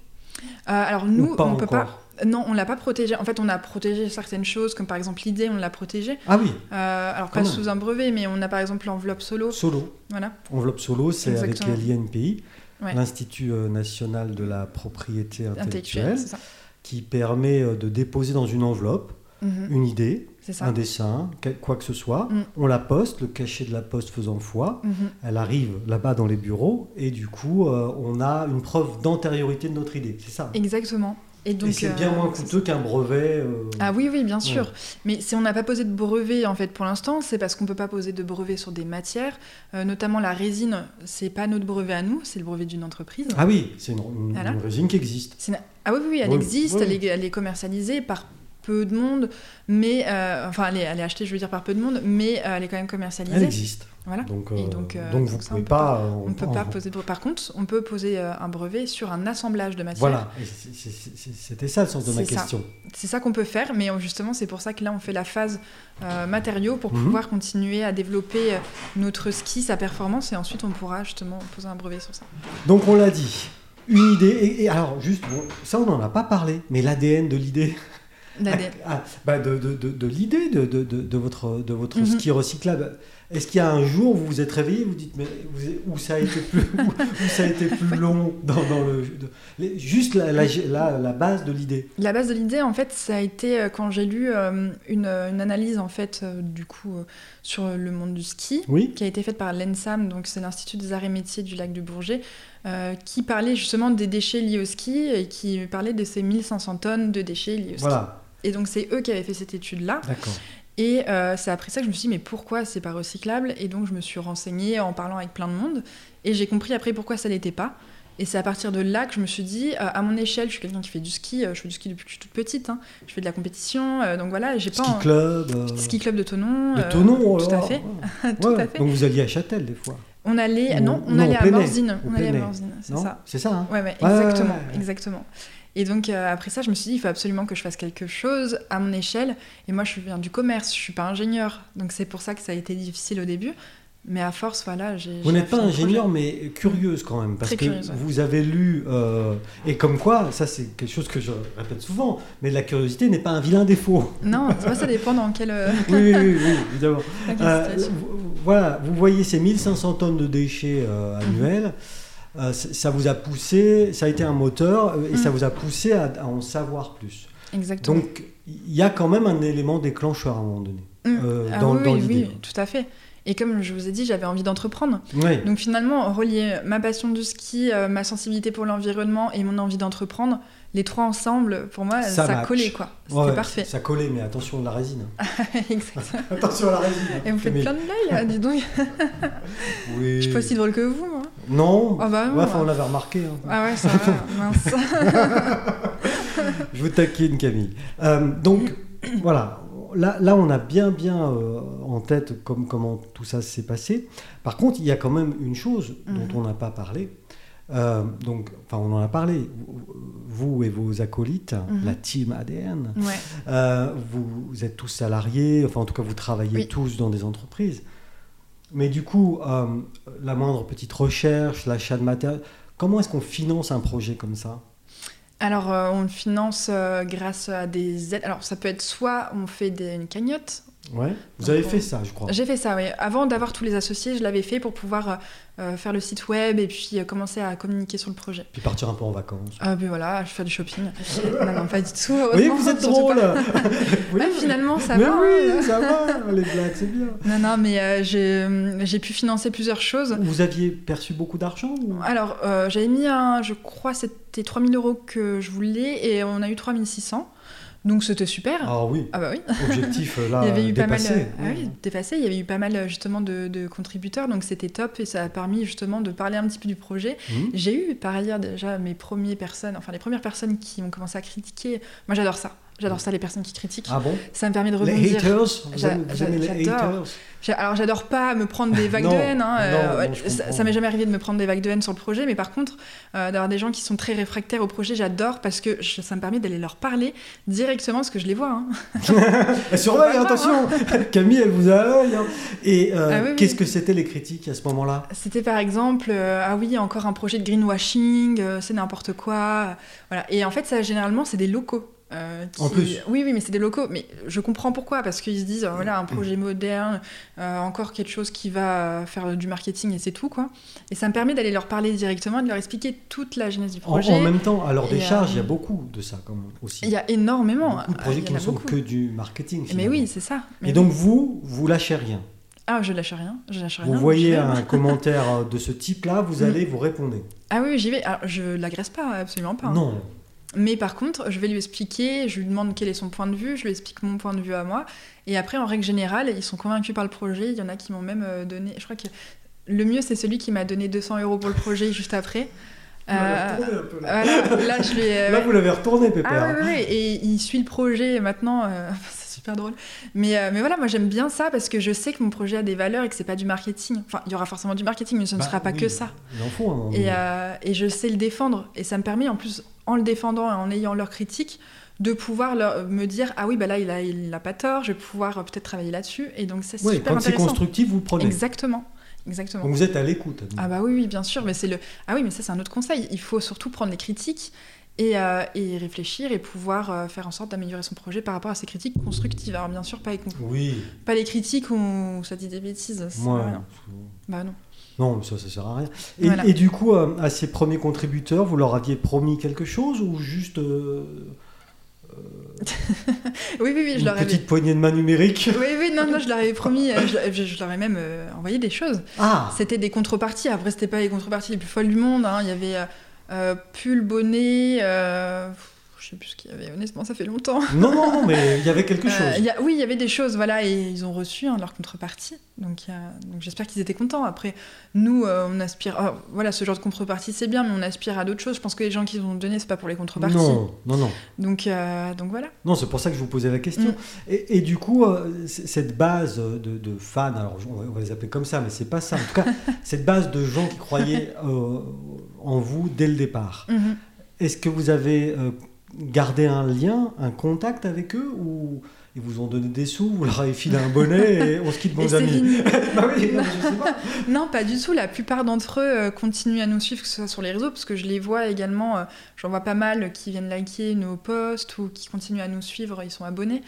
C: Euh, Alors nous,
A: ou pas
C: on
A: encore
C: peut pas. Non, on l'a pas protégé. En fait, on a protégé certaines choses, comme par exemple l'idée, on l'a protégée.
A: Ah oui,
C: Euh, alors
A: Quand
C: pas
A: même.
C: sous un brevet, mais on a par exemple l'enveloppe solo.
A: solo.
C: Voilà.
A: Enveloppe solo, c'est avec
C: Exactement.
A: l'INPI,
C: Ouais.
A: l'Institut euh, national de la propriété
C: Intellectuel,
A: intellectuelle,
C: c'est ça.
A: qui permet euh, de déposer dans une enveloppe
C: Mhm.
A: une idée,
C: C'est ça.
A: un dessin, que- quoi que ce soit.
C: Mm.
A: On la poste, le cachet de la poste faisant foi.
C: Mhm.
A: Elle arrive là-bas dans les bureaux et du coup, euh, on a une preuve d'antériorité de notre idée. C'est ça.
C: Exactement. Et donc.
A: et c'est bien
C: euh,
A: moins coûteux qu'un brevet. euh,
C: Ah oui, oui, bien sûr. Mais si on n'a pas posé de brevet, en fait, pour l'instant, c'est parce qu'on ne peut pas poser de brevet sur des matières. Euh, notamment la résine, c'est pas notre brevet à nous, c'est le brevet d'une entreprise.
A: Ah oui, c'est une, une-
C: Voilà.
A: une résine qui existe.
C: C'est na- Ah oui, oui, oui, elle
A: Oui,
C: existe,
A: oui.
C: Elle, est, elle est commercialisée par peu de monde, mais... euh, enfin, elle est, elle est achetée, je veux dire, par peu de monde, mais euh, elle est quand même
A: Elle
C: commercialisée.
A: existe.
C: Voilà.
A: Donc,
C: Et
A: euh,
C: donc, euh,
A: donc vous
C: donc ça, on
A: pouvez
C: peut
A: pas. euh,
C: On ne peut
A: en-
C: pas
A: en-
C: poser... de brevet. Par contre, on peut poser euh, un brevet sur un assemblage de matières.
A: Voilà, Et c'est- c'est- c'est- c'était ça le sens de ma
C: C'est ça.
A: question.
C: C'est ça qu'on peut faire, mais euh, justement, c'est pour ça que là, on fait la phase euh, matériaux pour
A: Mhm.
C: pouvoir continuer à développer euh, notre ski, sa performance, et ensuite, on pourra justement poser un brevet sur ça.
A: Donc on l'a dit, une idée. Et, et alors juste, bon, ça on n'en a pas parlé, mais l'ADN de l'idée.
C: L'ADN.
A: Ah, bah, de, de- de- de l'idée de, de- de- de votre, de votre
C: Mhm.
A: ski recyclable. Est-ce qu'il y a un jour où vous vous êtes réveillé, vous dites mais vous- où ça a été plus, où, où ça a été plus long dans, dans le de- les- juste la, la, la- la base de l'idée.
C: La base de l'idée, en fait, ça a été euh, quand j'ai lu euh, une, euh, une analyse, en fait, euh, du coup, euh, sur le monde du ski,
A: Oui.
C: qui a été faite par l'ENSAM, donc c'est l'Institut des arts et métiers du lac du Bourget, euh, qui parlait justement des déchets liés au ski et qui parlait de ces 1500 tonnes de déchets liés au ski.
A: Voilà.
C: Et donc, c'est eux qui avaient fait cette étude-là.
A: D'accord.
C: Et euh, c'est après ça que je me suis dit, mais pourquoi c'est pas recyclable Et donc je me suis renseignée en parlant avec plein de monde. Et j'ai compris après pourquoi ça l'était pas. Et c'est à partir de là que je me suis dit, euh, à mon échelle, je suis quelqu'un qui fait du ski. euh, je fais du ski depuis que je suis toute petite. hein. Je fais de la compétition. euh, donc voilà, j'ai pas.
A: Ski
C: un-
A: club. euh,
C: hein. Ski club de Tonon.
A: de
C: euh,
A: Thonon, oh,
C: tout
A: alors.
C: à fait.
A: Ouais.
C: Tout
A: Ouais.
C: à fait.
A: Donc vous alliez à Châtel des fois.
C: On allait,
A: Ou-
C: non, on
A: non,
C: allait
A: au
C: à
A: Plénet,
C: Morzine.
A: au
C: On allait à
A: Plénet.
C: Morzine, c'est
A: non
C: ça.
A: C'est ça. hein
C: Ouais, ouais,
A: Ouais, ouais,
C: exactement,
A: ouais, ouais.
C: exactement. Et donc euh, après ça, je me suis dit, il faut absolument que je fasse quelque chose à mon échelle. Et moi, je viens du commerce, je suis pas ingénieur, donc c'est pour ça que ça a été difficile au début. Mais à force, voilà, j'ai.
A: Vous
C: j'ai
A: n'êtes pas
C: affiné le
A: ingénieur, mais curieuse quand même, parce
C: Très
A: que
C: curieuse, ouais.
A: vous avez lu, euh, et comme quoi, ça c'est quelque chose que je répète souvent, mais la curiosité n'est pas un vilain défaut.
C: projet. Non, tu vois, ça dépend dans quelle, euh,
A: Oui, oui, oui, oui, évidemment.
C: dans quelle
A: Euh,
C: situation.
A: vous- voilà, vous voyez ces 1500 tonnes de déchets euh, annuels, euh, c- ça vous a poussé, ça a été un moteur, euh, et ça
C: Mhm.
A: vous a poussé à, à en savoir plus.
C: Exactement.
A: Donc, il y a quand même un élément déclencheur à un moment donné.
C: Mm.
A: euh,
C: Ah
A: dans-
C: oui,
A: dans
C: oui,
A: l'idée,
C: oui, tout à fait. Et comme je vous ai dit, j'avais envie d'entreprendre.
A: Oui.
C: Donc finalement, relier ma passion du ski, euh, ma sensibilité pour l'environnement et mon envie d'entreprendre, les trois ensemble, pour moi,
A: Ça
C: ça,
A: match.
C: collait quoi. C'était
A: Ouais,
C: parfait.
A: Ça collait, mais attention à la résine.
C: Exactement.
A: attention à la résine. hein,
C: Et vous faites
A: Camille.
C: plein de blagues, hein, dis donc.
A: Oui.
C: Je suis pas aussi drôle que vous. hein.
A: Non.
C: Ah bah non.
A: Ouais, enfin, on l'avait remarqué. hein.
C: Ah ouais, ça va, mince.
A: Je vous taquine, Camille. Euh, donc, voilà. Là, là, on a bien, bien euh, en tête comme, comment tout ça s'est passé. Par contre, il y a quand même une chose dont
C: Mhm.
A: on n'a pas parlé. Euh, donc, enfin, on en a parlé. Vous et vos acolytes,
C: Mhm.
A: la team ADN,
C: Ouais.
A: euh, vous, vous êtes tous salariés, enfin, en tout cas, vous travaillez
C: Oui.
A: tous dans des entreprises. Mais du coup, euh, la moindre petite recherche, l'achat de matériel, comment est-ce qu'on finance un projet comme ça
C: Alors, euh, on le finance euh, grâce à des aides. Alors, ça peut être soit on fait des- une cagnotte.
A: Ouais. Vous avez
C: Donc,
A: fait ça, je crois.
C: J'ai fait ça, oui. Avant d'avoir tous les associés, je l'avais fait pour pouvoir euh, euh, faire le site web et puis euh, commencer à communiquer sur le projet.
A: Puis partir un peu en vacances.
C: Ah, ben voilà, je fais du shopping. non, non, pas du tout.
A: Vous voyez,
C: heureusement,
A: vous êtes
C: surtout
A: drôle
C: pas.
A: Oui.
C: Ouais, finalement, ça
A: Mais
C: va. hein.
A: oui, ça va, les blagues, c'est bien.
C: Non, non, mais euh, j'ai- j'ai pu financer plusieurs choses.
A: Vous aviez perçu beaucoup d'argent ou-
C: Alors, euh, j'avais mis un, je crois, c'était 3000 euros que je voulais et on a eu 3600. Donc, c'était super.
A: Ah oui,
C: Ah bah oui,
A: objectif euh, là,
C: il y avait eu
A: dépassé.
C: pas mal, euh, ah oui, dépassé, il y avait eu pas mal euh, justement de, de contributeurs, donc c'était top et ça a permis justement de parler un petit peu du projet.
A: Mhm.
C: J'ai eu par ailleurs déjà mes premières personnes, enfin les premières personnes qui ont commencé à critiquer. Moi j'adore ça, j'adore ça les personnes qui critiquent.
A: Mm. Ah bon
C: Ça me permet de
A: Les
C: rebondir.
A: haters Vous
C: J'a-
A: aimez, vous aimez
C: j'a-
A: les
C: j'adore.
A: haters
C: J'ai- Alors j'adore pas me prendre des vagues
A: Non,
C: de haine, hein, euh,
A: non,
C: ouais,
A: non, je
C: ça,
A: comprends.
C: ça m'est jamais arrivé de me prendre des vagues de haine sur le projet, mais par contre euh, d'avoir des gens qui sont très réfractaires au projet, j'adore parce que je- ça me permet d'aller leur parler directement parce que je les vois. hein.
A: Eh, Surveille,
C: Ah,
A: attention Camille, elle vous a l'œil. hein. Et euh,
C: Ah oui, oui.
A: qu'est-ce que c'était les critiques à ce moment-là
C: C'était par exemple euh, ah oui encore un projet de greenwashing, euh, c'est n'importe quoi, euh, voilà. Et en fait ça généralement c'est des locaux. euh, qui-
A: En plus.
C: Oui, oui, mais c'est des locaux. Mais je comprends pourquoi, parce qu'ils se disent, euh, voilà, un
A: Mm.
C: projet moderne, euh, encore quelque chose qui va faire du marketing et c'est tout, quoi. Et ça me permet d'aller leur parler directement, de leur expliquer toute la genèse du
A: En,
C: projet.
A: en même temps, à leur
C: et,
A: décharge, il y a
C: euh,
A: beaucoup de ça quand même aussi.
C: Il y a énormément.
A: beaucoup de
C: Il
A: projets
C: y
A: qui
C: en
A: ne
C: a
A: sont
C: beaucoup.
A: que du marketing.
C: Mais
A: finalement.
C: oui, c'est ça. Mais
A: Et donc vous, vous lâchez rien.
C: Ah, je lâche rien. Je lâche rien.
A: vous voyez
C: je Mm. vais.
A: un commentaire euh, de ce type-là, vous allez vous répondez.
C: Ah oui, j'y vais. Alors, je l'agresse pas, absolument pas. hein.
A: Non.
C: Mais par contre, je vais lui expliquer, je lui demande quel est son point de vue, je lui explique mon point de vue à moi. Et après, en règle générale, ils sont convaincus par le projet. Il y en a qui m'ont même euh, donné. Je crois que le mieux, c'est celui qui m'a donné 200 euros pour le projet juste après.
A: Vous l'avez
C: Euh,
A: retourné un peu, là.
C: voilà, là, je lui ai.
A: Là, vous l'avez retourné, Pépère.
C: Ah oui, oui, oui, et il suit le projet maintenant, euh, c'est super drôle. Mais, euh, mais voilà, moi j'aime bien ça parce que je sais que mon projet a des valeurs et que c'est pas du marketing. Enfin, il y aura forcément du marketing, mais ce ne
A: Bah
C: sera pas
A: oui,
C: que ça.
A: Il en faut hein, à un moment donné.
C: Et, euh, et je sais le défendre. Et ça me permet en plus, en le défendant et en ayant leurs critiques, de pouvoir leur- me dire Ah oui, bah là il a, il a pas tort, je vais pouvoir euh, peut-être travailler là-dessus. Et donc ça, c'est
A: Ouais,
C: super
A: quand c'est
C: intéressant.
A: constructif, vous le prenez.
C: Exactement. Exactement.
A: Donc vous êtes à l'écoute. donc.
C: Ah bah oui, oui, bien sûr, mais c'est le. Ah oui, mais ça c'est un autre conseil. Il faut surtout prendre les critiques et, euh, et y réfléchir et pouvoir euh, faire en sorte d'améliorer son projet par rapport à ces critiques constructives. Alors bien sûr, pas les, con-
A: Oui,
C: pas les critiques où ça dit des bêtises. ça,
A: moi.
C: voilà. Bah non.
A: Non, ça, ça sert à rien. Et,
C: Voilà.
A: et du coup, euh, à ces premiers contributeurs, vous leur aviez promis quelque chose ou juste euh,
C: Oui, oui, oui,
A: une
C: je leur avais.
A: petite poignée de main numérique
C: Oui, oui, non, non, je leur avais promis, euh, je, je- je leur ai même euh, envoyé des choses.
A: Ah
C: C'était des contreparties, après c'était pas les contreparties les plus folles du monde, hein. il y avait euh, euh, pull, bonnet, euh, pff, je sais plus ce qu'il y avait, honnêtement ça fait longtemps.
A: Non, non, non, mais il y avait quelque chose.
C: Euh, il y a- oui, il y avait des choses, voilà, et ils ont reçu hein, leur contrepartie. Donc, il y a- donc j'espère qu'ils étaient contents. Après, nous, euh, on aspire. ah, voilà, ce genre de contrepartie, c'est bien, mais on aspire à d'autres choses. Je pense que les gens qu'ils ont donné, c'est pas pour les contreparties.
A: Non, non, non.
C: Donc, euh, donc voilà.
A: Non, c'est pour ça que je vous posais la question.
C: Mm.
A: Et, et du coup, euh, c- cette base de, de fans, alors on va- on va les appeler comme ça, mais c'est pas ça. En tout cas, cette base de gens qui croyaient euh, en vous dès le départ.
C: Mhm.
A: Est-ce que vous avez euh, gardé un lien, un contact avec eux ou ils vous ont donné des sous, vous leur avez filé un bonnet et on se quitte
C: Et
A: bons
C: c'est
A: amis
C: fini.
A: Bah oui, non, je sais pas.
C: Non, pas du tout. La plupart d'entre eux euh, continuent à nous suivre, que ce soit sur les réseaux, parce que je les vois également. euh, J'en vois pas mal euh, qui viennent liker nos posts ou qui continuent à nous suivre, ils sont abonnés.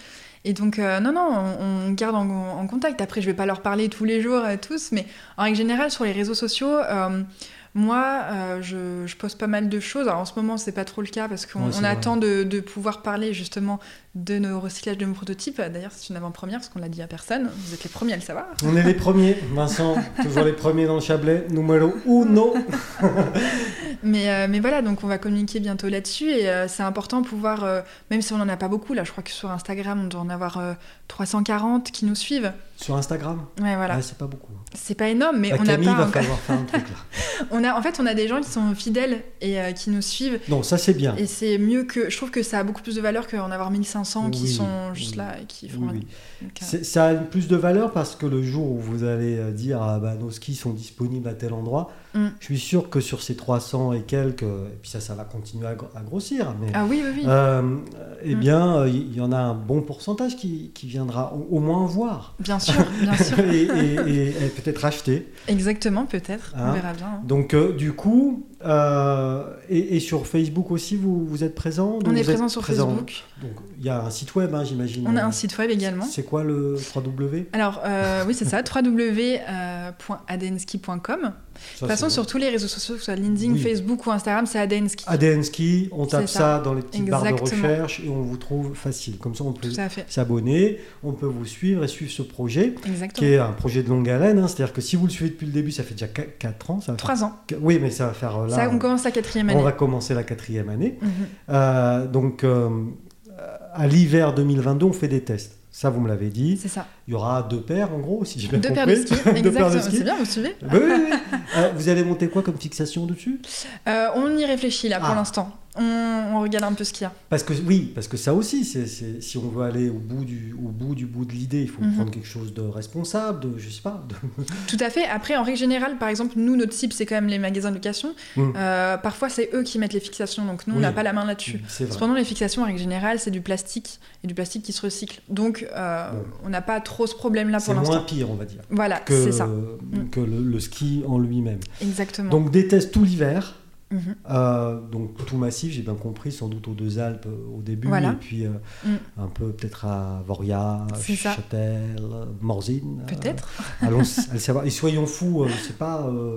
C: Et donc, euh, non, non, on, on garde en, en contact. Après, je vais pas leur parler tous les jours à tous, mais en règle générale, sur les réseaux sociaux, euh, moi, euh, je, je poste pas mal de choses. Alors, en ce moment, c'est pas trop le cas parce
A: Ouais,
C: qu'on
A: c'est
C: on
A: vrai.
C: attend de, de pouvoir parler justement de nos recyclages de nos prototypes. D'ailleurs, c'est une avant-première parce qu'on l'a dit à personne. Vous êtes les premiers à le savoir.
A: On est les premiers, Vincent, toujours les premiers dans le Chablais, numéro uno.
C: Mais, euh, mais voilà, donc on va communiquer bientôt là-dessus et euh, c'est important de pouvoir, euh, même si on n'en a pas beaucoup, là je crois que sur Instagram on doit en avoir euh, 340 qui nous suivent.
A: Sur Instagram
C: Ouais, voilà.
A: Ah, c'est pas beaucoup.
C: C'est pas énorme, mais
A: Bah,
C: on n'a
A: Camille
C: pas
A: va
C: encore-
A: falloir faire un truc là.
C: On a, en fait, on a des gens qui sont fidèles et euh, qui nous suivent
A: Non, ça c'est bien.
C: et c'est mieux que. Je trouve que ça a beaucoup plus de valeur qu'en avoir 1500 qui
A: Oui,
C: sont juste
A: oui,
C: là et qui font
A: Oui,
C: rien.
A: oui.
C: Donc, euh,
A: C'est- Ça a plus de valeur parce que le jour où vous allez euh, dire ah, bah, nos skis sont disponibles à tel endroit,
C: Mm.
A: je suis sûr que sur ces 300 et quelques, euh, et puis ça, ça va continuer à, gro- à grossir, mais
C: Ah oui, oui, oui.
A: euh, eh
C: Mm.
A: bien, euh, il y en a un bon pourcentage qui, qui viendra au, au moins voir
C: Bien sûr, bien sûr.
A: et, et- et- et peut-être acheter.
C: Exactement, peut-être.
A: Hein
C: on verra bien. hein.
A: Donc, euh, du coup, euh, et, et sur Facebook aussi, vous, vous êtes présent Donc,
C: On est
A: vous êtes
C: présent sur Facebook.
A: Donc, il y a un site web, hein, j'imagine.
C: On a un site web également.
A: C'est quoi le 3W
C: Alors, euh, oui, c'est ça, euh, www.adenski.com. De
A: Ça,
C: toute
A: c'est
C: façon,
A: bon.
C: sur tous les réseaux sociaux, que ce soit LinkedIn,
A: Oui.
C: Facebook ou Instagram, c'est Adenski.
A: ADN Ski, on tape
C: C'est
A: ça.
C: ça.
A: dans les petites barres de
C: Exactement.
A: recherche et on vous trouve facile. Comme ça, on peut
C: Tout à fait,
A: s'abonner, on peut vous suivre et suivre ce projet qui
C: exactement.
A: est un projet de longue haleine. hein. C'est-à-dire que si vous le suivez depuis le début, ça fait déjà 4 ans. Ça va faire-
C: Trois ans.
A: Oui, mais ça va faire euh, là.
C: ça, on commence la quatrième
A: on
C: année.
A: va commencer la quatrième année.
C: Mhm.
A: Euh, donc, euh, à l'hiver 2022, on fait des tests. Ça, vous me l'avez dit.
C: C'est ça.
A: Il y aura deux paires, en gros, si j'ai bien
C: Deux paires
A: compris.
C: de skis,
A: Deux paires de
C: exactement.
A: skis.
C: C'est bien, vous suivez
A: Oui, oui, oui. Euh, vous allez monter quoi comme fixation dessus
C: Euh, On y réfléchit là pour
A: Ah.
C: l'instant. On, on regarde un peu ce qu'il y a.
A: Parce que oui, parce que ça aussi, c'est- c'est- si on veut aller au bout du au bout du bout de l'idée, il faut
C: Mhm.
A: prendre quelque chose de responsable, de je sais pas. de-
C: Tout à fait. Après, en règle générale, par exemple, nous, notre cible, c'est quand même les magasins de location.
A: Mm.
C: Euh, parfois, c'est eux qui mettent les fixations, donc nous, on
A: Oui.
C: n'a pas la main là-dessus.
A: C'est vrai.
C: Cependant, les fixations, en règle générale, c'est du plastique et du plastique qui se recycle. Donc, euh,
A: Bon.
C: on n'a pas trop ce problème-là
A: C'est
C: pour
A: moins
C: l'instant.
A: pire, on va dire,
C: Voilà,
A: que
C: c'est ça, Mm.
A: que le, le ski en lui-même.
C: exactement.
A: Donc des tests tout l'hiver
C: Mhm.
A: Euh, donc tout massif, j'ai bien compris, sans doute aux deux Alpes euh, au début,
C: Voilà.
A: et puis euh,
C: Mm.
A: un peu peut-être à Voria,
C: C'est ça.
A: Châtel, euh, Morzine. euh,
C: Peut-être.
A: allons s- allez savoir. Et soyons fous, euh, je sais pas euh,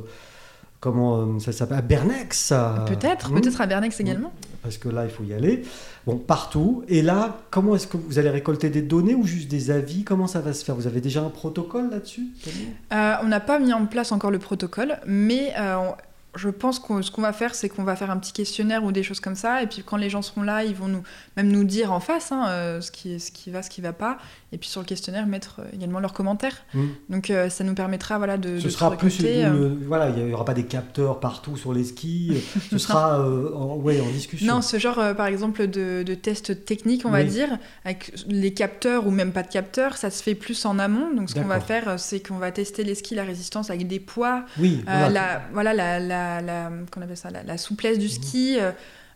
A: comment euh, ça s'appelle, à Bernex. euh,
C: peut-être.
A: hmm,
C: Peut-être à Bernex également.
A: Parce que là, il faut y aller. Bon, partout. Et là, comment est-ce que vous allez récolter des données ou juste des avis Comment ça va se faire Vous avez déjà un protocole là-dessus Camille
C: Euh, on n'a pas mis en place encore le protocole, mais euh, on- je pense que ce qu'on va faire, c'est qu'on va faire un petit questionnaire ou des choses comme ça. Et puis quand les gens seront là, ils vont nous, même nous dire en face hein, euh, ce, qui, ce qui va, ce qui va pas. Et puis sur le questionnaire, mettre euh, également leurs commentaires.
A: Hmm.
C: Donc euh, ça nous permettra voilà, de,
A: Ce
C: de
A: sera
C: se
A: plus une,
C: récolter, euh.
A: voilà, il n'y aura pas des capteurs partout sur les skis. Ce sera euh, en, ouais, en discussion.
C: Non, ce genre, euh, par exemple, de, de tests techniques, on va
A: Oui.
C: dire, avec les capteurs ou même pas de capteurs, ça se fait plus en amont. Donc, ce qu'on va
A: D'accord.
C: faire, euh, c'est qu'on va tester les skis, la résistance avec des poids,
A: oui,
C: euh, la, voilà, la, la, la- qu'on appelle ça, la, la souplesse du ski. euh,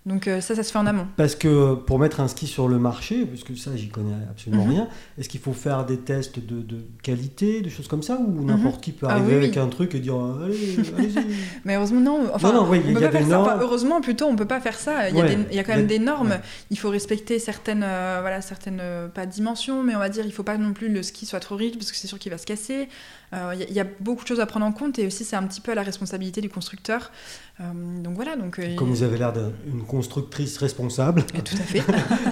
C: donc, euh, ça, ça se fait en amont.
A: Parce que pour mettre un ski sur le marché, puisque ça, j'y connais absolument
C: Mhm.
A: rien, est-ce qu'il faut faire des tests de, de qualité, de choses comme ça, ou n'importe qui peut
C: Ah
A: arriver
C: oui,
A: avec
C: oui.
A: un truc et dire allez, allez-y.
C: Mais heureusement, non. Enfin,
A: Non, non, oui,
C: on
A: il y
C: peut
A: a
C: pas faire
A: des
C: ça. Enfin,
A: normes.
C: heureusement, plutôt, on peut pas faire ça. Il y a,
A: Ouais,
C: des- il y a quand
A: il y a-
C: même des normes.
A: ouais.
C: Il faut respecter certaines, euh, voilà, certaines, euh, pas dimensions, mais on va dire, il faut pas non plus le ski soit trop rigide parce que c'est sûr qu'il va se casser. Euh, Il y, a- il y a beaucoup de choses à prendre en compte et aussi, c'est un petit peu à la responsabilité du constructeur. Euh, donc voilà. Donc, euh,
A: Comme vous avez l'air d'une constructrice responsable,
C: il- Tout à fait.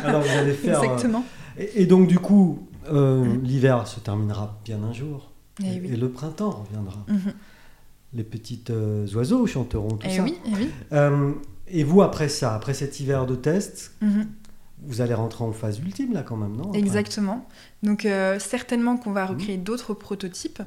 A: alors vous allez faire. euh,
C: Exactement.
A: Et, et donc, du coup, euh, l'hiver se terminera bien un jour,
C: Eh
A: et,
C: oui.
A: et le printemps reviendra.
C: Mhm.
A: Les petites euh, oiseaux chanteront tout
C: Eh
A: ça.
C: oui, eh oui.
A: Euh, et vous, après ça, après cet hiver de tests,
C: Mhm.
A: vous allez rentrer en phase ultime, là, quand même, non après
C: Exactement. Donc euh, certainement qu'on va recréer d'autres prototypes,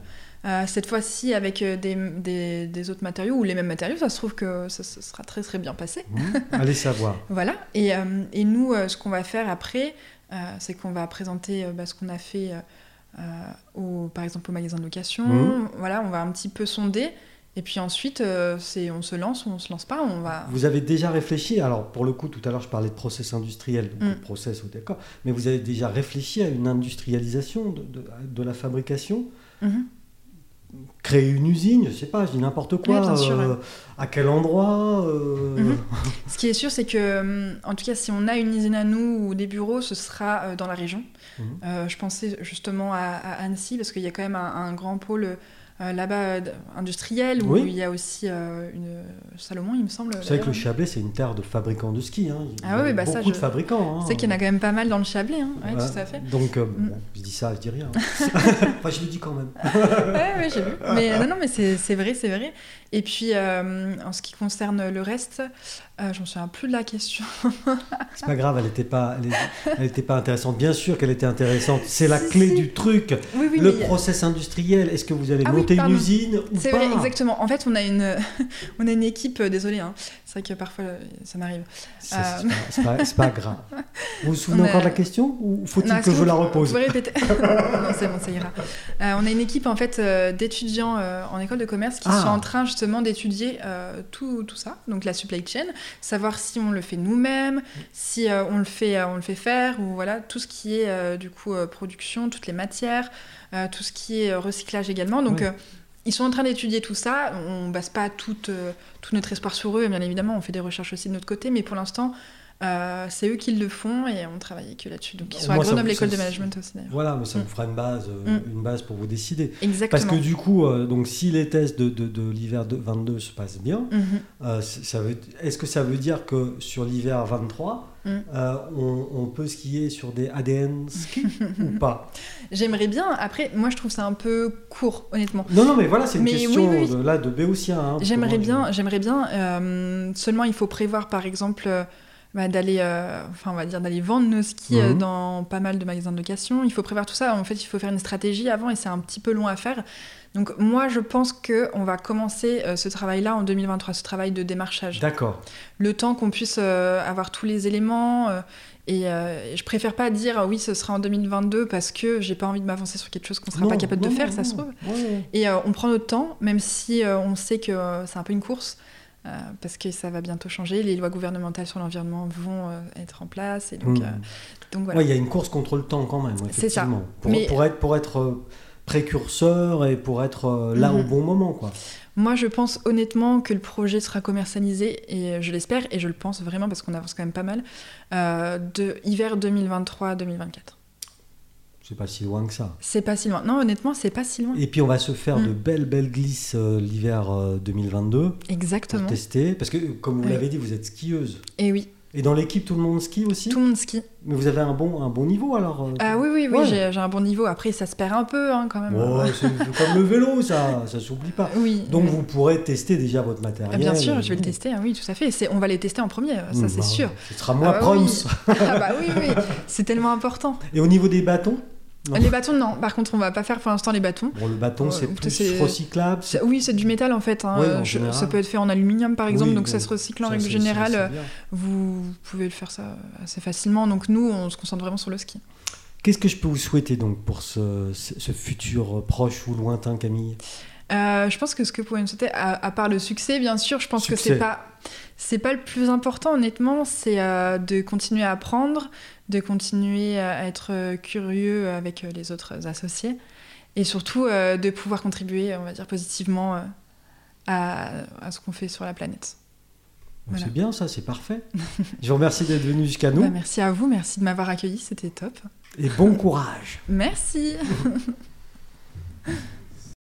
C: euh, cette fois-ci avec euh, des, des- des autres matériaux ou les mêmes matériaux, ça se trouve que ça, ça sera très très bien passé.
A: Mhm. Allez savoir.
C: Voilà. Et, euh, et nous, euh, ce qu'on va faire après, euh, c'est qu'on va présenter euh, bah, ce qu'on a fait, euh, euh, au, par exemple, au magasin de location.
A: Mhm.
C: Voilà, on va un petit peu sonder. Et puis ensuite, euh, c'est on se lance ou on se lance pas, on va...
A: Vous avez déjà réfléchi, alors pour le coup, tout à l'heure, je parlais de process industriel, donc
C: Mm.
A: le process, oh, d'accord, mais vous avez déjà réfléchi à une industrialisation de, de- de la fabrication
C: Mhm.
A: Créer une usine, je sais pas, je dis n'importe quoi, euh,
C: Ouais, bien sûr, ouais.
A: à quel endroit euh,
C: Mhm. Ce qui est sûr, c'est que, hum, en tout cas, si on a une usine à nous ou des bureaux, ce sera euh, dans la région.
A: Mhm.
C: Euh, je pensais justement à, à Annecy, parce qu'il y a quand même un, un grand pôle euh, là-bas euh, d- industriel, où
A: Oui.
C: il y a aussi euh, une Salomon, il me semble.
A: Vous savez que le
C: d'ailleurs.
A: Chablais, c'est une terre de fabricants de ski, hein. il y
C: Ah
A: a
C: oui, bah
A: beaucoup
C: ça,
A: de
C: je-
A: fabricants. hein.
C: Je sais qu'il y en a quand même pas mal dans le Chablais, hein. ouais,
A: Voilà.
C: tout à fait.
A: Donc, euh,
C: Mm.
A: bon, je dis ça, je dis rien. hein. enfin, je le dis quand même.
C: Ouais, ouais, j'ai vu. Mais euh, non, non, mais c'est c'est vrai, c'est vrai. Et puis, euh, en ce qui concerne le reste, euh, je me souviens plus de la question.
A: C'est pas grave, elle n'était pas, elle, est- elle était pas intéressante. Bien sûr qu'elle était intéressante. C'est la
C: Si,
A: clé
C: si.
A: du truc.
C: Oui, oui,
A: le
C: mais-
A: process industriel, est-ce que vous allez
C: Ah oui,
A: monter une
C: pardon.
A: usine ou
C: C'est
A: pas
C: vrai, exactement. En fait, on a une, on a une équipe, euh, désolé, hein. c'est vrai que parfois euh, ça m'arrive.
A: C'est c'est pas- c'est pas, c'est pas grave. Vous vous souvenez
C: On a-
A: encore de la question ou faut-il
C: Euh. Non,
A: que
C: est-ce
A: je
C: vous-
A: la
C: vous
A: repose
C: pouvez répéter Non, c'est bon, ça ira. Euh, on a une équipe en fait euh, d'étudiants euh, en école de commerce qui
A: Ah.
C: sont en train justement d'étudier euh, tout, tout ça, donc la supply chain, savoir si on le fait nous-mêmes, si euh, on le fait euh, on le fait faire ou voilà tout ce qui est euh, du coup euh, production, toutes les matières, euh, tout ce qui est euh, recyclage également. Donc
A: Ouais.
C: euh, ils sont en train d'étudier tout ça. On base pas tout, euh, tout notre espoir sur eux. Et bien évidemment, on fait des recherches aussi de notre côté. Mais pour l'instant, euh, c'est eux qui le font et on travaille que là-dessus. Donc ils
A: Au
C: sont à
A: moins, ça
C: Grenoble
A: vous-
C: École
A: ça-
C: de Management aussi d'ailleurs.
A: Voilà, mais ça
C: Mm.
A: vous fera une base, euh,
C: Mm.
A: une base pour vous décider. Parce
C: Exactement.
A: que du coup, euh, donc, si les tests de, de- de l'hiver de- 22 se passent bien,
C: Mhm.
A: euh, c- ça veut- est-ce que ça veut dire que sur l'hiver 23,
C: Mm.
A: euh, on, on peut skier sur des ADN ski ou pas
C: J'aimerais bien. Après, moi, je trouve ça un peu court, honnêtement.
A: Non, non, mais voilà, c'est une
C: Mais oui,
A: question
C: oui, oui.
A: De, là de Béotien. hein, parce que
C: J'aimerais
A: moi, je-
C: bien. J'aimerais bien. euh, seulement, il faut prévoir, par exemple. euh, bah, d'aller euh, enfin on va dire d'aller vendre nos skis euh,
A: Mhm.
C: dans pas mal de magasins de location il faut prévoir tout ça en fait il faut faire une stratégie avant et c'est un petit peu long à faire donc moi je pense que on va commencer euh, ce travail là en 2023 ce travail de démarchage
A: D'accord.
C: le temps qu'on puisse euh, avoir tous les éléments. euh, et euh, et je préfère pas dire euh, oui, ce sera en 2022 parce que j'ai pas envie de m'avancer sur quelque chose qu'on sera
A: Non,
C: pas capable
A: non,
C: de faire,
A: non,
C: ça se
A: non.
C: trouve.
A: Ouais, ouais.
C: Et euh, on prend notre temps, même si euh, on sait que euh, c'est un peu une course. euh, parce que ça va bientôt changer, les lois gouvernementales sur l'environnement vont euh, être en place, et donc,
A: Mm.
C: euh, donc voilà.
A: Ouais, il y a une course contre le temps quand même,
C: C'est ça.
A: effectivement. Pour,
C: Mais-
A: pour être, pour être euh, précurseur et pour être euh, là
C: Mhm.
A: au bon moment. Quoi.
C: Moi, je pense honnêtement que le projet sera commercialisé, et je l'espère, et je le pense vraiment parce qu'on avance quand même pas mal, euh, de hiver 2023-2024.
A: C'est pas si loin que ça.
C: C'est pas si loin. Non, honnêtement, c'est pas si loin.
A: Et puis on va se faire
C: Mhm.
A: de belles, belles glisses euh, l'hiver euh, 2022 pour
C: Exactement.
A: tester. Parce que, comme vous
C: Oui.
A: l'avez dit, vous êtes skieuse.
C: Et oui,
A: Et dans l'équipe, tout le monde skie aussi
C: tout le monde skie.
A: Mais vous avez un bon, un bon niveau alors euh,
C: Ah oui, oui, oui,
A: Ouais.
C: j'ai j'ai un bon niveau. Après, ça se perd un peu hein, quand même.
A: Ouais, c'est c'est comme le vélo, ça, ça s'oublie pas.
C: Oui. Euh,
A: Donc
C: oui.
A: vous pourrez tester déjà votre matériel.
C: Ah, bien sûr, je vais le tester, hein, oui, tout à fait. C'est- On va les tester en premier, euh, ça
A: Mmh,
C: c'est
A: bah,
C: sûr.
A: Ce sera moi
C: Ah bah
A: proms.
C: oui. Ah bah oui, oui, c'est tellement important.
A: Et au niveau des bâtons Non.
C: Les bâtons, non. Par contre, on va pas faire pour l'instant les bâtons.
A: Bon, le bâton,
C: Ouais,
A: c'est
C: écoutez,
A: plus
C: c'est-
A: recyclable. c'est-
C: C'est- Oui, c'est du métal en fait. hein.
A: Oui, en
C: Je-
A: général.
C: ça peut être fait en aluminium par exemple,
A: Oui,
C: donc ça
A: donc,
C: se recycle en
A: ça,
C: règle
A: c'est-
C: générale. euh,
A: c'est- c'est bien.
C: Vous vous pouvez le faire ça assez facilement. Donc nous, on se concentre vraiment sur le ski.
A: Qu'est-ce que je peux vous souhaiter donc pour ce, ce- ce futur euh, proche ou lointain, Camille
C: Euh, je pense que ce que pouvez me souhaiter, à, à part le succès, bien sûr, je pense que
A: Succès.
C: c'est pas c'est pas le plus important, honnêtement. C'est euh, de continuer à apprendre, de continuer à être euh, curieux avec euh, les autres associés, et surtout euh, de pouvoir contribuer, on va dire positivement, euh, à, à ce qu'on fait sur la planète. Voilà.
A: C'est bien ça, c'est parfait. je vous remercie d'être venu jusqu'à
C: Bah,
A: nous
C: merci à vous, merci de m'avoir accueilli, c'était top.
A: et bon courage.
C: Merci.